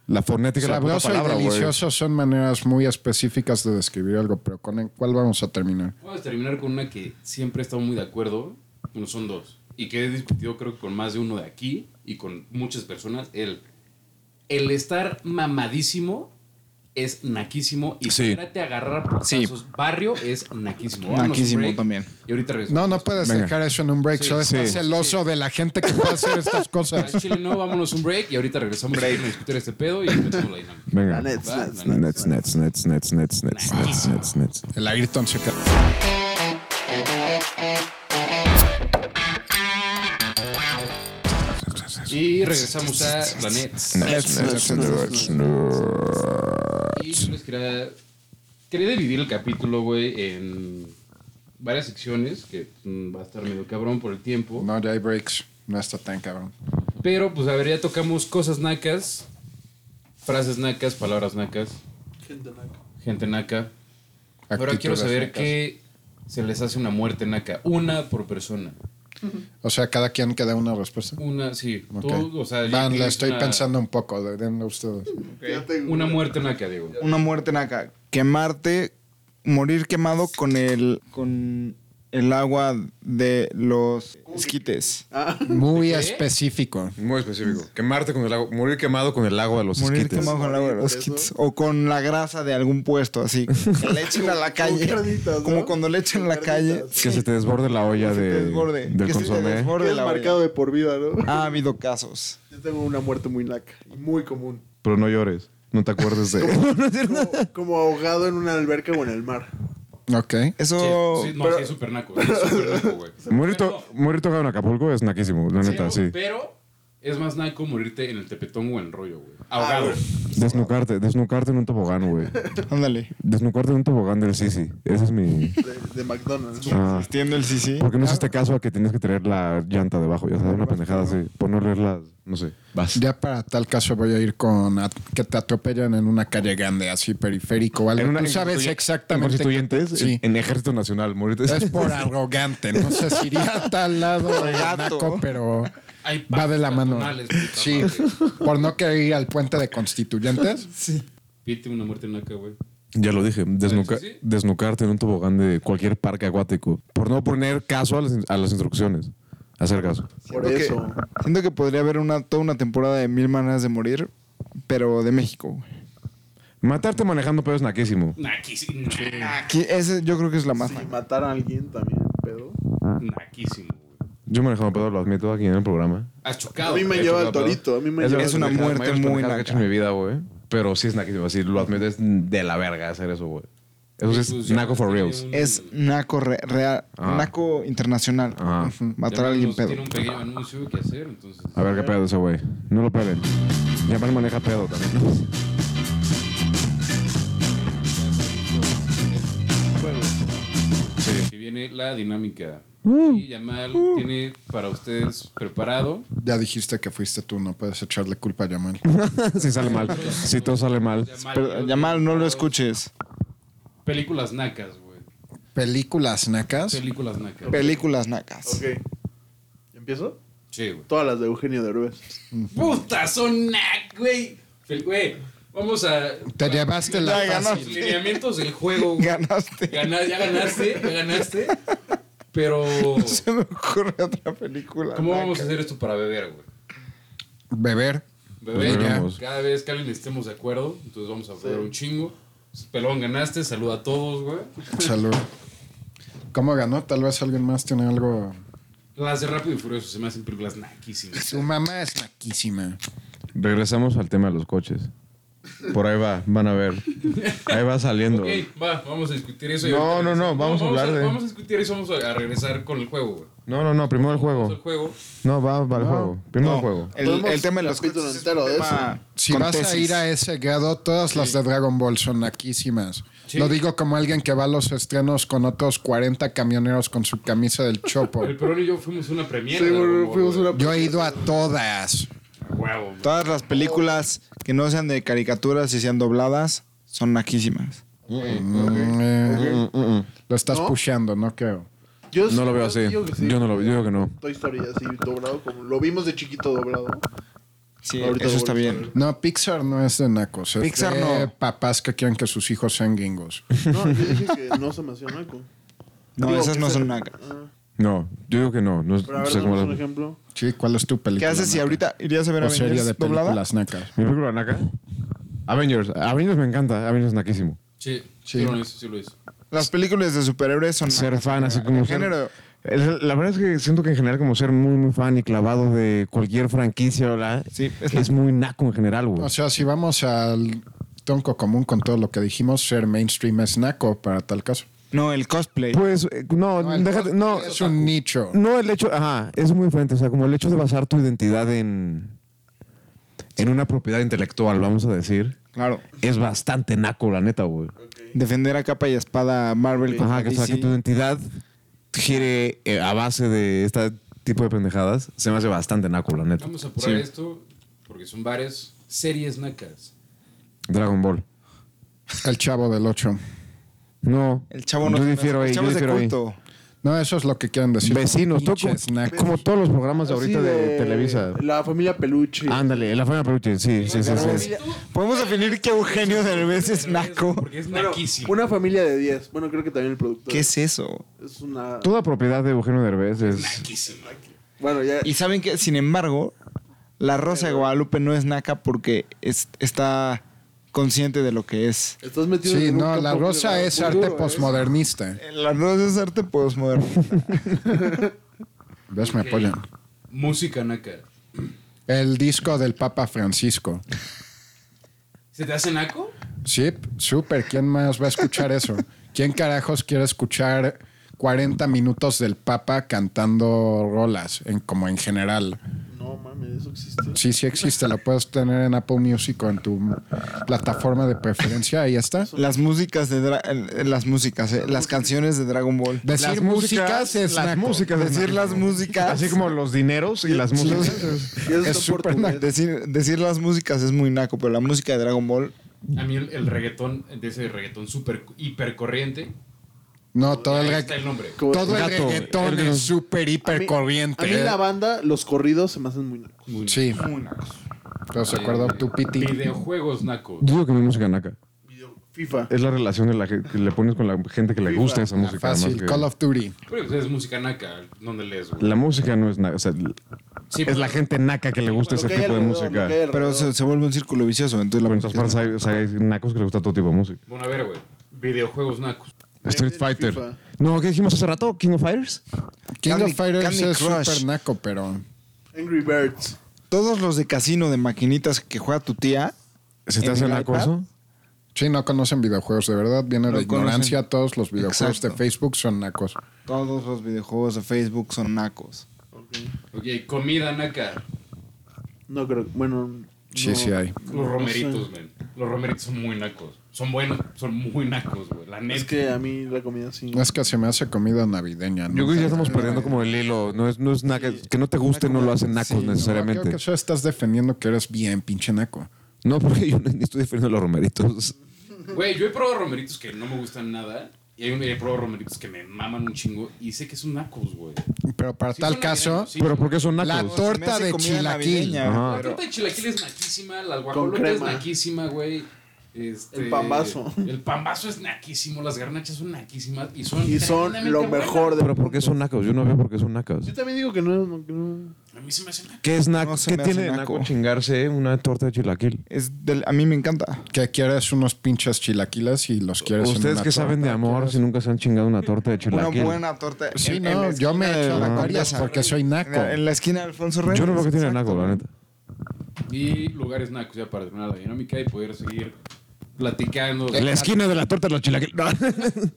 Speaker 3: la fonética de la puta
Speaker 2: Sabroso
Speaker 3: palabra,
Speaker 2: y
Speaker 3: güey.
Speaker 2: delicioso son maneras muy específicas de describir algo, pero ¿con el cuál vamos a terminar?
Speaker 1: Vamos a terminar con una que siempre he estado muy de acuerdo. Bueno, son dos. Y que he discutido creo que con más de uno de aquí y con muchas personas. El, el estar mamadísimo es naquísimo. Y
Speaker 3: Sí.
Speaker 1: si te agarrar por
Speaker 7: Sí.
Speaker 1: barrio es naquísimo. Vámonos,
Speaker 7: Naquísimo
Speaker 1: break.
Speaker 7: también.
Speaker 1: Y ahorita regresamos.
Speaker 2: No, no puedes
Speaker 3: Venga.
Speaker 2: dejar eso en un break. Solo
Speaker 3: sí,
Speaker 2: estás celoso de la gente que puede hacer estas cosas. [LAUGHS]
Speaker 1: Al Chile no, vámonos un break y ahorita regresamos a discutir este pedo y empezamos la dinámica.
Speaker 3: Venga.
Speaker 4: Nets,
Speaker 1: Va,
Speaker 4: nets,
Speaker 1: la
Speaker 3: Nets, nets, nets, nets, nets, nets, nets, nets, nets.
Speaker 2: El Ayrton se queda.
Speaker 1: Y regresamos a Planets. Y yo les quería, quería dividir el capítulo, güey, en varias secciones, que mm, va a estar medio cabrón por el tiempo.
Speaker 2: No, ya hay breaks. No está tan cabrón.
Speaker 1: Pero, pues, a ver, ya tocamos cosas nacas, frases nacas, palabras nacas,
Speaker 4: Gente naca.
Speaker 1: gente naca. Ahora quiero
Speaker 2: Actitudes
Speaker 1: saber
Speaker 2: nacas.
Speaker 1: qué se les hace una muerte naca. Una por persona.
Speaker 2: O sea, cada quien queda una respuesta.
Speaker 1: Una, sí.
Speaker 2: Ok.
Speaker 1: Tú, o sea, ya
Speaker 2: Van, la
Speaker 1: tienes
Speaker 2: estoy
Speaker 1: una-
Speaker 2: pensando un poco. de- Denle ustedes.
Speaker 4: Fíjate, güey.
Speaker 1: Una muerte naca, Diego.
Speaker 7: Una muerte naca. Quemarte, morir quemado con el, con el agua de los esquites.
Speaker 4: Ah,
Speaker 2: Muy específico.
Speaker 3: Muy específico. Quemarte con el agua. Morir quemado con el agua de los
Speaker 7: Morir
Speaker 3: esquites.
Speaker 7: quemado con el agua de los
Speaker 4: Por eso.
Speaker 7: esquites. O con la grasa de algún puesto, [LAUGHS] así. Que le echen a la calle.
Speaker 4: Como carnitas, ¿no?
Speaker 7: Como cuando le echen a la
Speaker 4: Como
Speaker 7: calle.
Speaker 4: carnitas.
Speaker 3: Que se te desborde la olla
Speaker 7: Que se te
Speaker 3: de,
Speaker 7: desborde.
Speaker 3: del
Speaker 7: Que se te
Speaker 3: consomé.
Speaker 7: desborde
Speaker 4: Quedas
Speaker 7: la olla.
Speaker 4: marcado de por vida, ¿no?
Speaker 3: Ah.
Speaker 7: Ha habido casos.
Speaker 4: Yo tengo una muerte muy naca y muy
Speaker 3: [LAUGHS]
Speaker 4: común.
Speaker 3: Pero no llores. No te acuerdes de...
Speaker 4: Como, como ahogado en una alberca o en el mar.
Speaker 2: Ok.
Speaker 7: Eso.
Speaker 1: Sí, sí, no,
Speaker 7: pero-
Speaker 1: sí, es súper naco. Sí, es súper naco, güey.
Speaker 3: Morirto, morir tocado en Acapulco es naquísimo, la neta,
Speaker 1: Pero-
Speaker 3: sí.
Speaker 1: Pero es más naco morirte en el tepetón o en el rollo, güey. Ahogado.
Speaker 3: Desnucarte, desnucarte en un tobogán, güey.
Speaker 7: Ándale.
Speaker 3: Desnucarte en un tobogán del Sisi. Ese es mi...
Speaker 4: De, de McDonald's.
Speaker 3: Ah.
Speaker 7: Extiendo el sí, sí.
Speaker 3: ¿Por qué no hiciste caso a que tenías que tener la llanta debajo? Ya sabes, una pendejada así. Por no leer las... No sé. Vas.
Speaker 2: Ya para tal caso voy a ir con at- que te atropellan en una calle grande, así periférico o algo.
Speaker 3: En una- eh.
Speaker 2: Tú
Speaker 3: en
Speaker 2: sabes
Speaker 3: constituye-
Speaker 2: exactamente.
Speaker 3: En constituyentes,
Speaker 2: Sí.
Speaker 3: en, en Ejército Nacional, morirte.
Speaker 2: Es por arrogante. No sé si iría a tal lado de
Speaker 7: Gato.
Speaker 2: Naco, pero
Speaker 1: Hay
Speaker 2: va de la mano.
Speaker 1: peatonales, puta
Speaker 2: Sí.
Speaker 1: madre.
Speaker 2: Por no querer ir al puente de constituyentes.
Speaker 1: Pite una muerte naca, güey.
Speaker 3: Ya lo dije, desnuca-
Speaker 1: Sí, sí.
Speaker 3: desnucarte en un tobogán de cualquier parque acuático. Por no poner caso a las, a las instrucciones. Hacer caso.
Speaker 4: Por
Speaker 7: Siento que-
Speaker 4: eso.
Speaker 7: siento que podría haber una, toda una temporada de Mil Maneras de Morir, pero de México. güey.
Speaker 3: Matarte manejando pedo es naquísimo.
Speaker 1: Naquísimo.
Speaker 7: Aquí, ese yo creo que es la más.
Speaker 4: Si matar a alguien también, pero.
Speaker 1: Naquísimo, güey.
Speaker 3: Yo manejando pedo, lo admito aquí en el programa.
Speaker 1: Has
Speaker 4: A
Speaker 1: chocado.
Speaker 4: mí me
Speaker 1: güey.
Speaker 4: lleva el torito. A mí me
Speaker 3: Es,
Speaker 4: lleva
Speaker 7: es una
Speaker 3: pendejada,
Speaker 7: muerte
Speaker 3: mayores
Speaker 7: muy
Speaker 3: pendejadas que he
Speaker 7: naca.
Speaker 3: hecho en mi vida, güey. Pero sí es naquísimo. Así lo admito, es de la verga hacer eso, güey. Eso sí
Speaker 1: Pues
Speaker 3: es
Speaker 1: ya
Speaker 3: naco for
Speaker 1: tiene
Speaker 3: reals.
Speaker 1: un-
Speaker 7: Es Naco re- real,
Speaker 3: Ah.
Speaker 7: Naco internacional.
Speaker 3: Ah.
Speaker 7: Ujú,
Speaker 1: ya
Speaker 7: Matar a alguien
Speaker 1: nos
Speaker 7: pedo.
Speaker 1: Tiene un pequeño anuncio que hacer, entonces.
Speaker 3: A ver qué pedo ese güey. No lo peguen. Ya me maneja pedo también.
Speaker 1: Aquí viene la dinámica. Y Yamal tiene para ustedes preparado.
Speaker 2: Ya dijiste que fuiste tú, no puedes echarle culpa a Yamal.
Speaker 3: [LAUGHS] si sale mal. Si todo sale mal.
Speaker 7: Pero, Yamal, no lo escuches.
Speaker 1: Películas nacas, güey.
Speaker 2: Películas nacas.
Speaker 1: Películas nacas.
Speaker 7: Películas nacas.
Speaker 4: Ok. ¿Empiezo?
Speaker 1: Sí, güey.
Speaker 4: Todas las de Eugenio Derbez.
Speaker 1: Puta, son nac, güey. Fel- Güey, vamos a.
Speaker 2: Te llevaste la
Speaker 7: Ya ganó.
Speaker 1: Los lineamientos del juego, güey.
Speaker 7: [LAUGHS] Ganaste.
Speaker 1: Gana- ya ganaste, ya ganaste. Pero.
Speaker 7: Se me ocurre otra película.
Speaker 1: ¿Cómo
Speaker 7: naca.
Speaker 1: vamos a hacer esto para beber, güey?
Speaker 2: beber.
Speaker 1: Beber,
Speaker 3: Bebemos.
Speaker 1: cada vez que alguien estemos de acuerdo, entonces vamos a beber un chingo. Pelón, ganaste, saluda a todos, güey.
Speaker 2: Salud. ¿Cómo ganó? Tal vez alguien más tiene algo.
Speaker 1: Las de Rápido y Furioso se me hacen películas naquísimas.
Speaker 2: Su mamá es naquísima.
Speaker 3: Regresamos al tema de los coches. Por ahí va, van a ver. Ahí va saliendo.
Speaker 1: Ok, va, vamos a discutir eso. y
Speaker 3: No,
Speaker 1: ahorita
Speaker 3: no,
Speaker 1: regresamos.
Speaker 3: no, vamos a hablar de-
Speaker 1: Vamos a discutir eso, vamos a, a regresar con el juego, güey.
Speaker 3: No, no, no, primero el
Speaker 1: Vamos al
Speaker 3: juego.
Speaker 1: juego.
Speaker 3: No, va para el juego. Primero el juego.
Speaker 7: El, el tema de los
Speaker 4: Capítulo
Speaker 7: coches es
Speaker 4: entero
Speaker 7: un
Speaker 4: de
Speaker 7: tema
Speaker 2: Si
Speaker 7: con
Speaker 2: vas a
Speaker 7: tesis.
Speaker 2: ir a e-, ese grado, todas las de Dragon Ball son naquísimas.
Speaker 1: Sí.
Speaker 2: Lo digo como alguien que va a los estrenos con otros 40 camioneros con su camisa del chopo.
Speaker 1: El Perón y yo fuimos una premiere.
Speaker 4: Sí,
Speaker 1: de
Speaker 4: güey,
Speaker 1: Dragon Ball,
Speaker 4: fuimos
Speaker 1: güey.
Speaker 4: una-
Speaker 2: Yo he ido a todas.
Speaker 1: Huevo, güey.
Speaker 7: Todas las películas que no sean de caricaturas y sean dobladas son naquísimas.
Speaker 2: Mm, eh,
Speaker 3: Mm, mm, mm.
Speaker 2: Lo estás
Speaker 4: ¿No?
Speaker 2: pusheando, no creo.
Speaker 4: Yo sí-
Speaker 3: No lo veo así.
Speaker 4: digo que sí.
Speaker 3: Yo no lo veo, yo digo que no.
Speaker 4: Toy Story así doblado como lo vimos de chiquito doblado.
Speaker 3: [LAUGHS]
Speaker 7: Sí,
Speaker 4: Ahorita
Speaker 7: eso está
Speaker 4: volvemos a
Speaker 7: bien.
Speaker 2: No, Pixar no es de nacos. Es
Speaker 7: Pixar
Speaker 2: de
Speaker 7: no.
Speaker 2: papás que quieren que sus hijos sean gringos.
Speaker 4: No, yo dije que no se me hacía naco.
Speaker 7: No,
Speaker 4: Digo,
Speaker 7: esas
Speaker 4: que
Speaker 7: no
Speaker 4: se-
Speaker 7: son nacas.
Speaker 4: Ah,
Speaker 3: No, yo digo que no. No
Speaker 4: pero a
Speaker 3: no
Speaker 4: ver,
Speaker 3: sé cómo
Speaker 4: damos un
Speaker 3: la-
Speaker 4: ejemplo.
Speaker 2: Sí, ¿cuál es tu película?
Speaker 7: ¿Qué haces si
Speaker 2: naca?
Speaker 7: ahorita irías a ver
Speaker 2: O serie de
Speaker 7: Avengers doblada?
Speaker 2: películas nacas.
Speaker 3: Mi película naca. Avengers. Avengers me encanta. Avengers es naquísimo.
Speaker 1: Sí, sí lo hizo, sí lo hizo.
Speaker 7: Las películas de superhéroes son
Speaker 3: Ser fan, así como
Speaker 7: El
Speaker 3: ser-
Speaker 7: género.
Speaker 3: El- La verdad es que siento que en general como ser muy, muy fan y clavado de cualquier franquicia, ¿verdad?
Speaker 7: Sí,
Speaker 3: es, muy naco en general, güey.
Speaker 2: O sea, si vamos al tronco común con todo lo que dijimos, ser mainstream es naco para tal caso.
Speaker 7: No, el cosplay.
Speaker 3: Pues eh, no,
Speaker 2: No, el
Speaker 3: déjate, no,
Speaker 2: cosplay es un nicho.
Speaker 3: no el hecho, ajá, es muy diferente, o sea, como el hecho de basar tu identidad en en una propiedad intelectual, vamos a decir,
Speaker 7: Claro.
Speaker 3: es bastante naco, la neta, güey.
Speaker 7: Defender a capa y espada a Marvel contra
Speaker 3: Ajá, que, o sea,
Speaker 7: DC.
Speaker 3: que tu identidad gire eh, a base de este tipo de pendejadas, se me hace bastante naco, la neta.
Speaker 1: Vamos a apurar
Speaker 3: Sí.
Speaker 1: esto porque son varias series nacas.
Speaker 3: Dragon Ball.
Speaker 2: El chavo del 8.
Speaker 3: No.
Speaker 7: El chavo no
Speaker 3: Yo
Speaker 7: se me
Speaker 3: difiero
Speaker 7: hace-
Speaker 3: ahí, yo
Speaker 7: El chavo es de
Speaker 3: difiero ahí.
Speaker 7: culto.
Speaker 2: No, eso es lo que quieren decir.
Speaker 3: Vecinos, todo
Speaker 2: Pinches
Speaker 3: como,
Speaker 2: nacos.
Speaker 3: como todos los programas de ahorita
Speaker 4: Así
Speaker 3: de, Televisa. Ah,
Speaker 4: La familia Peluche.
Speaker 3: Ándale, la familia Peluche, sí, sí, sí. sí.
Speaker 7: Podemos definir que Eugenio Derbez es naco.
Speaker 1: Porque es
Speaker 4: Bueno,
Speaker 1: naquísimo.
Speaker 4: una familia de 10. Bueno, creo que también el productor.
Speaker 7: ¿Qué es eso?
Speaker 4: Es una.
Speaker 3: Toda propiedad de Eugenio Derbez es...
Speaker 4: Bueno, ya.
Speaker 7: Y saben que, sin embargo, la Rosa de Guadalupe no es naca porque es- está consciente de lo que es.
Speaker 4: Estás metido
Speaker 2: Sí,
Speaker 4: en un
Speaker 2: no,
Speaker 4: campo
Speaker 2: la rosa
Speaker 4: muy
Speaker 2: es
Speaker 4: duro,
Speaker 2: arte
Speaker 4: ¿eh?
Speaker 2: postmodernista.
Speaker 7: La Rosa es arte postmoderno.
Speaker 2: ¿Ves? Me apoyan.
Speaker 1: Música naca.
Speaker 2: El disco del Papa Francisco.
Speaker 1: ¿Se te hace naco?
Speaker 2: Sí, súper. ¿Quién más va a escuchar eso? ¿Quién carajos quiere escuchar 40 minutos del Papa cantando rolas, en, como en general?
Speaker 4: No mames, eso existe.
Speaker 2: Sí, sí existe. Lo puedes tener en Apple Music o en tu plataforma de preferencia. Ahí está.
Speaker 7: Las músicas de dra- eh, las músicas, eh, las canciones de Dragon Ball.
Speaker 2: Decir músicas es
Speaker 3: las
Speaker 2: naco.
Speaker 3: músicas,
Speaker 7: Decir
Speaker 3: decir
Speaker 7: las músicas.
Speaker 3: Así como los dineros y las músicas.
Speaker 4: Y eso
Speaker 2: Es
Speaker 4: está
Speaker 2: súper
Speaker 4: portugués.
Speaker 7: Decir, decir las músicas es muy naco, pero la música de Dragon Ball.
Speaker 1: A mí el, el reggaetón, de ese reggaetón súper hipercorriente.
Speaker 2: No, todo el,
Speaker 1: ahí
Speaker 2: re-
Speaker 1: está el nombre.
Speaker 4: Como-
Speaker 2: todo el
Speaker 3: Gato,
Speaker 2: reggaetón
Speaker 3: güey.
Speaker 2: es ¿eh? súper
Speaker 4: A mí-
Speaker 2: hiper
Speaker 4: A mí
Speaker 2: corriente.
Speaker 4: la banda, los corridos se me hacen muy nacos.
Speaker 1: Muy
Speaker 2: Sí.
Speaker 1: naco. Muy naco.
Speaker 2: ¿Estás de acuerdo?
Speaker 1: Eh,
Speaker 2: Tu piti.
Speaker 1: Videojuegos nacos.
Speaker 3: Yo digo que no hay música naca.
Speaker 4: Video- FIFA.
Speaker 9: Es la relación de la ge- que le pones con la gente que le gusta esa música.
Speaker 2: Fácil.
Speaker 9: más que-
Speaker 2: Call of Duty.
Speaker 1: Pero pues, es música naca, ¿dónde lees, güey?
Speaker 9: La música no es naca. O sea,
Speaker 1: Sí, pues,
Speaker 9: es la
Speaker 1: pero-
Speaker 9: gente naca que le gusta
Speaker 4: Lo
Speaker 9: ese
Speaker 4: que hay
Speaker 9: tipo de
Speaker 4: alrededor, lo
Speaker 9: música.
Speaker 4: que hay
Speaker 7: Pero
Speaker 4: alrededor.
Speaker 7: se, se vuelve un círculo vicioso. Entonces la
Speaker 9: Bueno, entonces,
Speaker 7: música es
Speaker 9: para
Speaker 7: naca.
Speaker 9: o sea, hay nacos que les gusta todo tipo de música.
Speaker 1: Bueno, a ver, güey. Videojuegos nacos.
Speaker 9: Street Fighter.
Speaker 4: FIFA.
Speaker 3: No, ¿qué dijimos hace rato? ¿King of Fighters?
Speaker 2: King
Speaker 7: Candy-
Speaker 2: of Fighters
Speaker 7: Candy
Speaker 2: es
Speaker 7: Crush.
Speaker 2: súper naco, pero
Speaker 4: Angry Birds.
Speaker 7: Todos los de casino de maquinitas que juega tu tía.
Speaker 9: ¿Se te
Speaker 7: ¿En
Speaker 9: hace
Speaker 7: el
Speaker 9: naco
Speaker 7: iPad?
Speaker 9: eso?
Speaker 2: sí, no conocen videojuegos, de verdad. Viene
Speaker 7: No
Speaker 2: de ignorancia.
Speaker 7: conocen.
Speaker 2: Todos los videojuegos
Speaker 7: Exacto.
Speaker 2: de Facebook son nacos.
Speaker 7: Todos los videojuegos de Facebook son nacos.
Speaker 1: Ok, comida naca.
Speaker 4: No creo. Bueno.
Speaker 2: Sí,
Speaker 4: no-
Speaker 2: sí hay.
Speaker 1: Los
Speaker 4: no
Speaker 1: romeritos,
Speaker 4: sé.
Speaker 1: men. Los romeritos son muy nacos. Son buenos, son muy nacos, güey. La neta.
Speaker 4: Es que a mí la comida sí.
Speaker 2: Es que se me hace comida navideña. ¿no?
Speaker 3: Yo creo que ya estamos perdiendo como el hilo. No es, no es naca. Que no te guste no lo hacen nacos
Speaker 2: Sí, no,
Speaker 3: necesariamente.
Speaker 2: creo que eso estás defendiendo que eres bien pinche naco.
Speaker 3: No, porque
Speaker 9: [LAUGHS]
Speaker 3: yo ni estoy defendiendo los romeritos.
Speaker 1: Güey, yo he probado romeritos que no me gustan nada. Y hay un, he probado romeritos que me maman un chingo. Y sé que son nacos, güey.
Speaker 2: Pero para
Speaker 1: Sí
Speaker 2: tal
Speaker 1: son
Speaker 2: caso,
Speaker 1: navideños, sí.
Speaker 3: Pero ¿por qué Ah. son
Speaker 2: la
Speaker 3: nacos?
Speaker 7: Se me
Speaker 2: torta
Speaker 7: hace
Speaker 2: de
Speaker 7: comida
Speaker 2: chilaquil.
Speaker 7: navideña.
Speaker 3: Ajá.
Speaker 1: La torta de chilaquil es naquísima. La guajolota es
Speaker 4: crema.
Speaker 1: naquísima, güey. Este,
Speaker 4: El pambazo.
Speaker 1: El pambazo es naquísimo. Las garnachas son naquísimas. Y son,
Speaker 4: Y son lo
Speaker 1: tremendamente
Speaker 4: mejor de.
Speaker 3: Pero ¿por qué son nacos? Yo no veo por qué son nacos.
Speaker 4: Yo también digo que no. no- que no.
Speaker 1: buenas. A mí se me hace naco.
Speaker 3: ¿Qué es naco?
Speaker 7: No se
Speaker 3: ¿Qué
Speaker 7: me hace
Speaker 3: tiene
Speaker 7: naco.
Speaker 3: naco chingarse una torta de chilaquil?
Speaker 7: Es del- a mí me encanta.
Speaker 2: Que quieres unos pinches chilaquiles y los quieres en
Speaker 3: Ustedes
Speaker 2: una
Speaker 3: que saben de
Speaker 2: torta.
Speaker 3: amor si nunca se han chingado una torta de
Speaker 7: Una
Speaker 3: chilaquil.
Speaker 7: buena torta.
Speaker 2: Sí,
Speaker 7: en- en
Speaker 2: no,
Speaker 7: la
Speaker 2: yo me
Speaker 7: esquina de
Speaker 2: he hecho
Speaker 7: la
Speaker 2: varias
Speaker 7: Condesa.
Speaker 2: porque soy
Speaker 7: En
Speaker 2: naco.
Speaker 7: la- En la esquina de Alfonso Reyes.
Speaker 3: Yo no veo que tiene
Speaker 7: Exacto.
Speaker 3: naco, la neta.
Speaker 1: Y lugares nacos, ya para terminar la dinámica y poder seguir platicando.
Speaker 3: La esquina de la torta de los chilaquiles. No. [LAUGHS]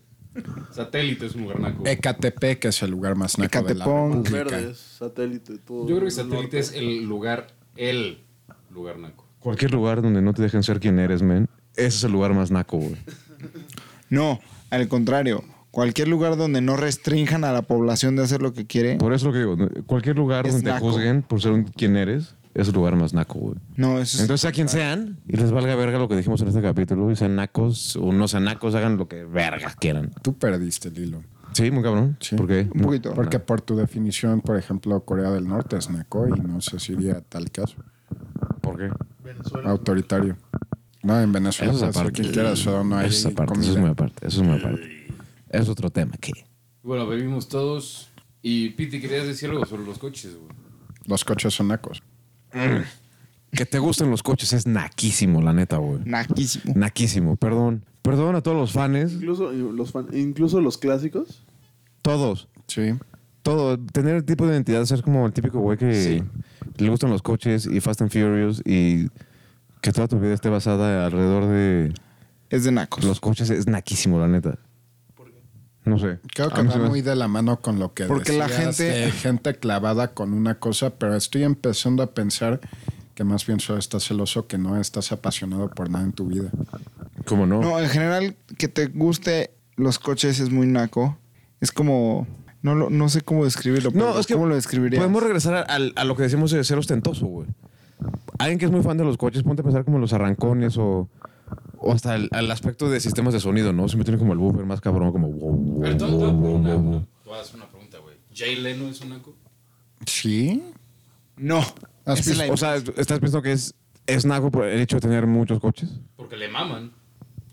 Speaker 1: Satélite es un lugar naco.
Speaker 3: Eh,
Speaker 2: Ecatepec que es el lugar más naco
Speaker 7: Ecatepón,
Speaker 2: de la República.
Speaker 4: Verdes, satélite, todo.
Speaker 1: Yo creo que
Speaker 4: el
Speaker 1: satélite
Speaker 4: norte.
Speaker 1: es el lugar, el lugar naco.
Speaker 9: Cualquier lugar donde no te dejen ser quien eres, men. Ese es el lugar más naco, güey.
Speaker 7: No, al contrario. Cualquier lugar donde no restrinjan a la población de hacer lo que quiere,
Speaker 9: Por eso lo que digo, ¿no? cualquier lugar
Speaker 7: Es
Speaker 9: donde
Speaker 7: naco.
Speaker 9: te juzguen por ser un- quien eres, es el lugar más naco, güey.
Speaker 7: no, eso es.
Speaker 3: Entonces, sea quien sean, y les valga verga lo que dijimos en este capítulo, y sean nacos o no sean nacos, hagan lo que verga quieran.
Speaker 2: Tú perdiste el hilo.
Speaker 9: Sí, muy cabrón.
Speaker 2: Sí.
Speaker 9: ¿Por qué?
Speaker 7: un poquito.
Speaker 2: Porque por tu definición, por ejemplo, Corea del Norte es naco y no sé si iría a tal caso.
Speaker 9: ¿Por qué?
Speaker 4: Venezuela.
Speaker 2: Autoritario. No, en Venezuela
Speaker 3: Eso es
Speaker 2: puede ser
Speaker 3: aparte.
Speaker 2: quien quiera, solo no hay
Speaker 3: eso es aparte,
Speaker 2: comida.
Speaker 3: eso es muy aparte, eso es muy aparte. Es otro tema que...
Speaker 1: Bueno, bebimos todos. Y Piti, querías decir algo sobre los coches, güey.
Speaker 2: Los coches son nacos.
Speaker 3: Que te gusten los coches es naquísimo, la neta, güey.
Speaker 7: Naquísimo.
Speaker 3: Naquísimo, perdón. Perdón a todos los fans,
Speaker 4: Incluso los, fan- incluso los clásicos.
Speaker 3: todos.
Speaker 2: Sí.
Speaker 3: Todo, tener el tipo de identidad, ser como el típico güey que le gustan los coches y Fast and Furious y que toda tu vida esté basada alrededor de
Speaker 7: Es de nacos.
Speaker 3: los coches es naquísimo, la neta. Ah, No sé.
Speaker 2: Creo
Speaker 3: A
Speaker 2: que
Speaker 3: mí
Speaker 2: va
Speaker 3: se me-
Speaker 2: muy de la mano con lo que
Speaker 7: Porque la
Speaker 2: decías
Speaker 7: gente-
Speaker 2: de gente clavada con una cosa, pero estoy empezando a pensar que más bien solo estás celoso, que no estás apasionado por nada en tu vida.
Speaker 3: ¿Cómo no?
Speaker 7: No, en general, que te guste los coches es muy naco. Es como. No, lo- no sé cómo describirlo. pero ¿Cómo lo describirías?
Speaker 3: Podemos regresar al- a, lo que decimos de ser ostentoso, güey. Alguien que es muy fan de los coches, ponte a pensar como en los arrancones o, o hasta el, al aspecto de sistemas de sonido, ¿no? Siempre tiene como el booper más cabrón, como... wow, wow,
Speaker 1: Pero te, te
Speaker 3: wow,
Speaker 1: voy a poner
Speaker 3: wow,
Speaker 1: una-
Speaker 3: wow, wow.
Speaker 1: te voy a hacer una pregunta, güey. ¿Jay Leno es un naco?
Speaker 2: ¿Sí?
Speaker 7: No.
Speaker 2: ¿Has
Speaker 7: Esa es la-
Speaker 3: O sea, ¿estás pensando que es, es naco por el hecho de tener muchos coches?
Speaker 1: Porque le maman.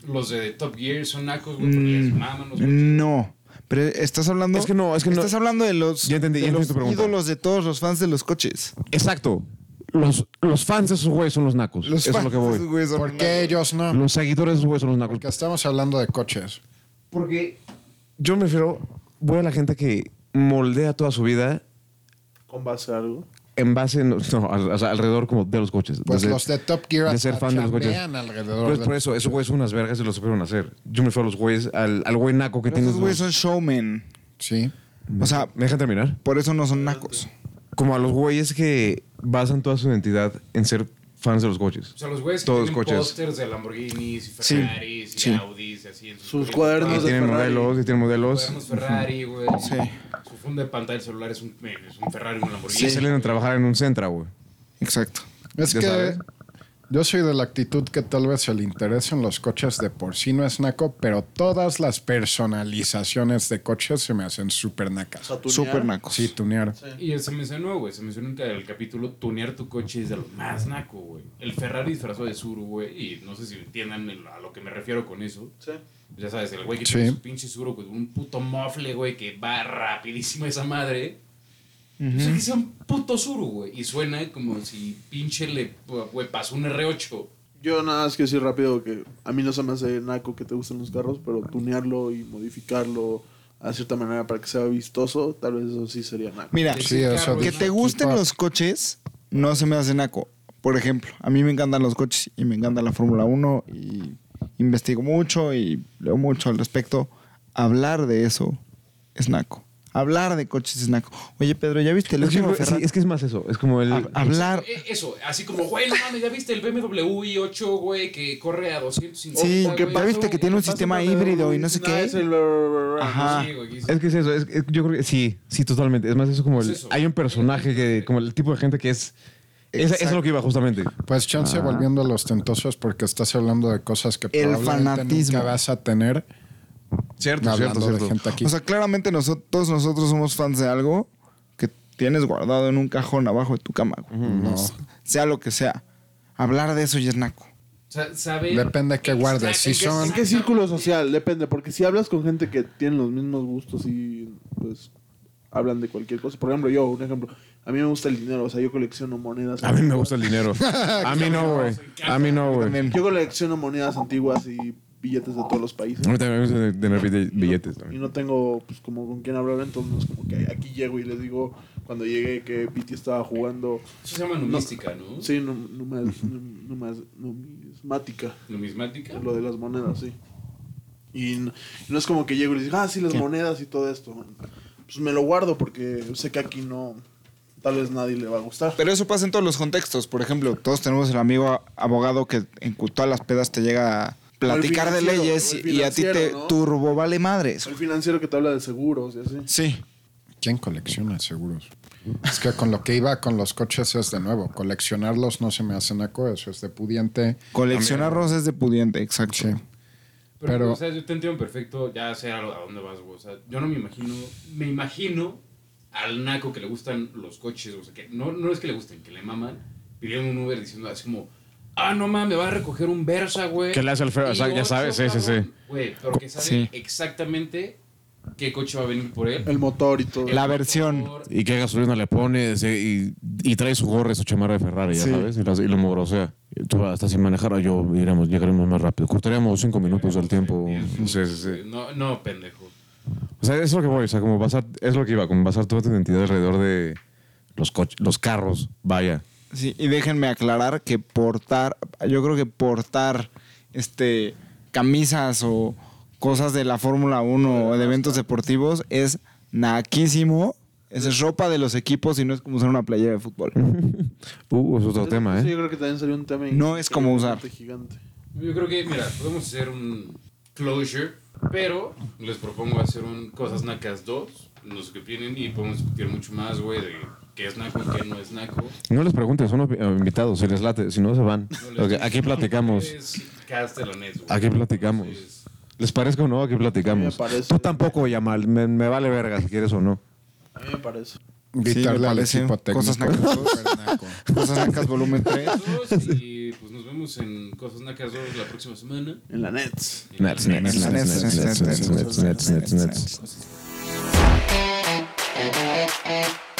Speaker 1: Los de Top Gear son nacos, güey, porque les maman los coches.
Speaker 7: Mm, No. Pero estás hablando.
Speaker 3: Es que no, es que no.
Speaker 7: Estás hablando de los.
Speaker 3: Ya entendí,
Speaker 7: de
Speaker 3: ya entendí
Speaker 7: los
Speaker 3: tu pregunta.
Speaker 7: ídolos de todos los fans de los coches.
Speaker 3: Exacto. Los, los fans de esos güeyes son los nacos.
Speaker 7: Los
Speaker 3: Eso es
Speaker 7: fans
Speaker 3: lo que
Speaker 7: esos
Speaker 3: voy.
Speaker 7: güeyes son
Speaker 2: ¿Por
Speaker 7: una-
Speaker 2: qué ellos no?
Speaker 3: Los seguidores de esos güeyes son los nacos.
Speaker 2: Porque estamos hablando de coches.
Speaker 3: Porque yo me refiero, voy a la gente que moldea toda su vida
Speaker 4: Con base a algo.
Speaker 3: en base, no, no, al- o sea, alrededor como de los coches.
Speaker 2: Pues
Speaker 3: Desde-
Speaker 2: los de Top Gear
Speaker 3: de ser
Speaker 2: hasta
Speaker 3: fan de los coches.
Speaker 2: chambean alrededor
Speaker 3: Pues
Speaker 2: de-
Speaker 3: por eso, esos güeyes son unas vergas y los supieron hacer. Yo me refiero a los güeyes, al, al güey naco que
Speaker 7: Pero
Speaker 3: tiene.
Speaker 7: Esos güeyes son showmen.
Speaker 2: Sí.
Speaker 7: O sea,
Speaker 3: ¿Me dejan terminar?
Speaker 7: por eso no son nacos.
Speaker 3: Como a los güeyes que basan toda su identidad en ser fans de los coches.
Speaker 1: O sea, los güeyes que
Speaker 3: Todos
Speaker 1: tienen
Speaker 3: coches.
Speaker 1: pósters de Lamborghinis y
Speaker 7: Sí,
Speaker 1: Ferraris y
Speaker 7: sí.
Speaker 1: Audis y así en
Speaker 4: Sus
Speaker 1: películas.
Speaker 4: cuadernos
Speaker 3: Y
Speaker 4: de
Speaker 3: tienen
Speaker 4: Ferrari.
Speaker 3: modelos, y tienen modelos.
Speaker 1: Cuadernos Ferrari, güey.
Speaker 7: Sí.
Speaker 1: Su funda de pantalla del celular es un, es un Ferrari, un Lamborghini.
Speaker 3: Y salen a trabajar en un centro, güey.
Speaker 7: Exacto.
Speaker 2: Es
Speaker 3: Ya
Speaker 2: que
Speaker 3: sabes.
Speaker 2: yo soy de la actitud que tal vez el interés en los coches de por sí no es naco, pero todas las personalizaciones de coches se me hacen súper
Speaker 4: O
Speaker 2: nacas.
Speaker 4: sea, tunear.
Speaker 7: Súper nacos.
Speaker 2: Sí, tunear.
Speaker 1: Y se mencionó, güey, se mencionó en el capítulo tunear tu coche es de lo más naco, güey. El Ferrari disfrazado de Suru, güey, y no sé si entiendan el- a lo que me refiero con eso.
Speaker 4: Sí.
Speaker 1: Ya sabes, el güey que
Speaker 2: Sí.
Speaker 1: tiene su pinche Suru con un puto mofle, güey, que va rapidísimo esa madre. O sea, que sea un puto Suru, güey, y suena como si pinche le, güey, pasó un R8.
Speaker 4: Yo nada más que decir rápido que a mí no se me hace naco que te gusten los carros, pero tunearlo y modificarlo a cierta manera para que sea vistoso, tal vez eso sí sería naco.
Speaker 7: Mira,
Speaker 1: Sí,
Speaker 2: Sí, eso.
Speaker 1: cabrón.
Speaker 7: que te gusten los coches no se me hace naco. Por ejemplo, a mí me encantan los coches y me encanta la Fórmula 1 y investigo mucho y leo mucho al respecto. Hablar de eso es naco. Hablar de coches es naco. Oye, Pedro, ¿ya viste el
Speaker 3: Es que,
Speaker 7: último
Speaker 3: güey, sí,
Speaker 7: Ferrari?
Speaker 3: es que es más eso. Es como el.
Speaker 7: Hab- Hablar...
Speaker 1: Eh, Eso, así como, güey, no mames, ya viste el BMW i8, güey, que corre a 250.
Speaker 7: Sí, que
Speaker 1: güey?
Speaker 7: ya viste que tiene un sistema híbrido y no sé qué.
Speaker 4: Es el bla, bla, bla, bla.
Speaker 7: Ajá.
Speaker 1: Sí, güey,
Speaker 3: Es que es eso, es- es- yo creo que sí, sí, totalmente. Es más, eso como
Speaker 1: Es
Speaker 3: el,
Speaker 1: eso.
Speaker 3: hay un personaje que, como el tipo de gente que es, esa- eso es
Speaker 7: Exacto.
Speaker 3: lo que iba justamente.
Speaker 2: Pues
Speaker 3: Ah.
Speaker 2: chance volviendo a los tentosos porque estás hablando de cosas que
Speaker 7: El
Speaker 2: probablemente
Speaker 7: fanatismo.
Speaker 2: nunca vas a tener
Speaker 3: Cierto,
Speaker 2: hablando
Speaker 3: cierto,
Speaker 2: de
Speaker 3: cierto.
Speaker 2: gente aquí.
Speaker 7: O sea, claramente nosotros, todos nosotros somos fans de algo que tienes guardado en un cajón abajo de tu cama. güey. No sé, Sea lo que sea. Hablar de eso ya es naco.
Speaker 1: Sa- saber-
Speaker 2: Depende qué guardes. Si
Speaker 1: Exacto,
Speaker 2: son-
Speaker 4: ¿En qué círculo social? Depende, porque si hablas con gente que tiene los mismos gustos y pues hablan de cualquier cosa. Por ejemplo, yo, un ejemplo, a mí me gusta el dinero, o sea, yo colecciono monedas.
Speaker 3: A mí me gusta el [LAUGHS] dinero. A mí no, güey. A mí no, güey. A mí
Speaker 4: Yo colecciono monedas antiguas y billetes de todos los países.
Speaker 3: también me gusta tener bille-
Speaker 4: Y no-
Speaker 3: Mm, billetes
Speaker 4: Y
Speaker 3: también.
Speaker 4: no tengo pues como con quién hablar, entonces como que aquí llego y les digo cuando llegué que Pity estaba jugando.
Speaker 1: Eso se llama numismática, ¿no?
Speaker 4: Sí, num- numas- num- numas- numismática.
Speaker 1: Numismática.
Speaker 4: Lo de las monedas, sí. Y no, no es como que llego y les digo, ah, sí, las monedas y todo esto. Pues me lo guardo porque sé que aquí no. Tal vez nadie le va a gustar.
Speaker 7: Pero eso pasa en todos los contextos. Por ejemplo, todos tenemos el amigo a- abogado que en cu- todas las pedas te llega a platicar de
Speaker 4: financiero,
Speaker 7: leyes
Speaker 4: o el
Speaker 7: y a ti te
Speaker 4: financiero, ¿no?
Speaker 7: turbo vale madres.
Speaker 4: El financiero que te habla de seguros y así.
Speaker 7: Sí.
Speaker 2: ¿Quién colecciona seguros? Es que con lo que iba con los coches es de nuevo. Coleccionarlos no se me hace naco, eso es de pudiente.
Speaker 7: Coleccionar rosas de pudiente, exacto.
Speaker 2: Sí.
Speaker 1: Pero,
Speaker 2: Pero-
Speaker 1: o sea, yo te entiendo perfecto, ya sé a, lo- a dónde vas, güey. O sea, yo no me imagino, me imagino al naco que le gustan los coches, o sea, que no, no es que le gusten, que le maman, pidiendo un Uber diciendo así como, ah, no mames, me va a recoger un Versa, güey.
Speaker 3: Que le hace el feo,
Speaker 1: Y
Speaker 3: o sea, ya
Speaker 1: ocho,
Speaker 3: sabes, sí, sí,
Speaker 1: cabrón,
Speaker 3: sí.
Speaker 1: Güey, pero que sabe
Speaker 7: Sí.
Speaker 1: exactamente qué coche va a venir por él.
Speaker 4: El motor y todo.
Speaker 7: La versión.
Speaker 3: Y qué gasolina le pones eh, y, y trae su gorra y su chamarra de Ferrari, ya
Speaker 7: Sí.
Speaker 3: sabes, y, las- y lo mugrosea. Y Tú hasta sin manejar, yo iremos, llegaremos más rápido. Cortaríamos cinco minutos del tiempo. Sí, sí, sí.
Speaker 1: No, no, pendejo.
Speaker 3: O sea, es lo que voy, o sea, como basar, es lo que iba, como basar toda tu identidad alrededor de los coches, los carros, vaya.
Speaker 7: Sí, y déjenme aclarar que portar, yo creo que portar este camisas o cosas de la Fórmula 1 o de eventos deportivos es naquísimo. Esa es ropa de los equipos y no es como usar una playera de fútbol.
Speaker 3: Uh, es otro tema,
Speaker 4: Sí,
Speaker 3: ¿eh?
Speaker 4: yo creo que también sería un tema.
Speaker 7: No es como usar.
Speaker 4: Gigante.
Speaker 1: Yo creo que, mira, podemos hacer un closure, pero les propongo hacer un Cosas Nacas 2, los que vienen y podemos discutir mucho más, güey, de qué es naco y qué no es naco.
Speaker 3: No les preguntes, son opi- eh, invitados, se les late, si no se van. Ok, aquí platicamos.
Speaker 1: Es Castellanet, güey.
Speaker 3: Aquí platicamos.
Speaker 1: Entonces,
Speaker 3: ¿Les parezca o no? Aquí platicamos.
Speaker 4: Me parece.
Speaker 3: Tú tampoco, Yamal. Me, me vale verga si quieres o no.
Speaker 4: A mí me parece.
Speaker 2: Gritarle al
Speaker 7: parece.
Speaker 2: equipo técnico.
Speaker 7: Cosas nacas.
Speaker 2: Súper
Speaker 4: [LAUGHS]
Speaker 2: naco.
Speaker 7: Cosas sacas volumen 3.
Speaker 1: dos, y pues nos vemos en Cosas Nacas 2 la próxima semana.
Speaker 4: En la Nets.
Speaker 3: Nets, nets, nets, nets, nets, nets, nets, nets, nets, nets.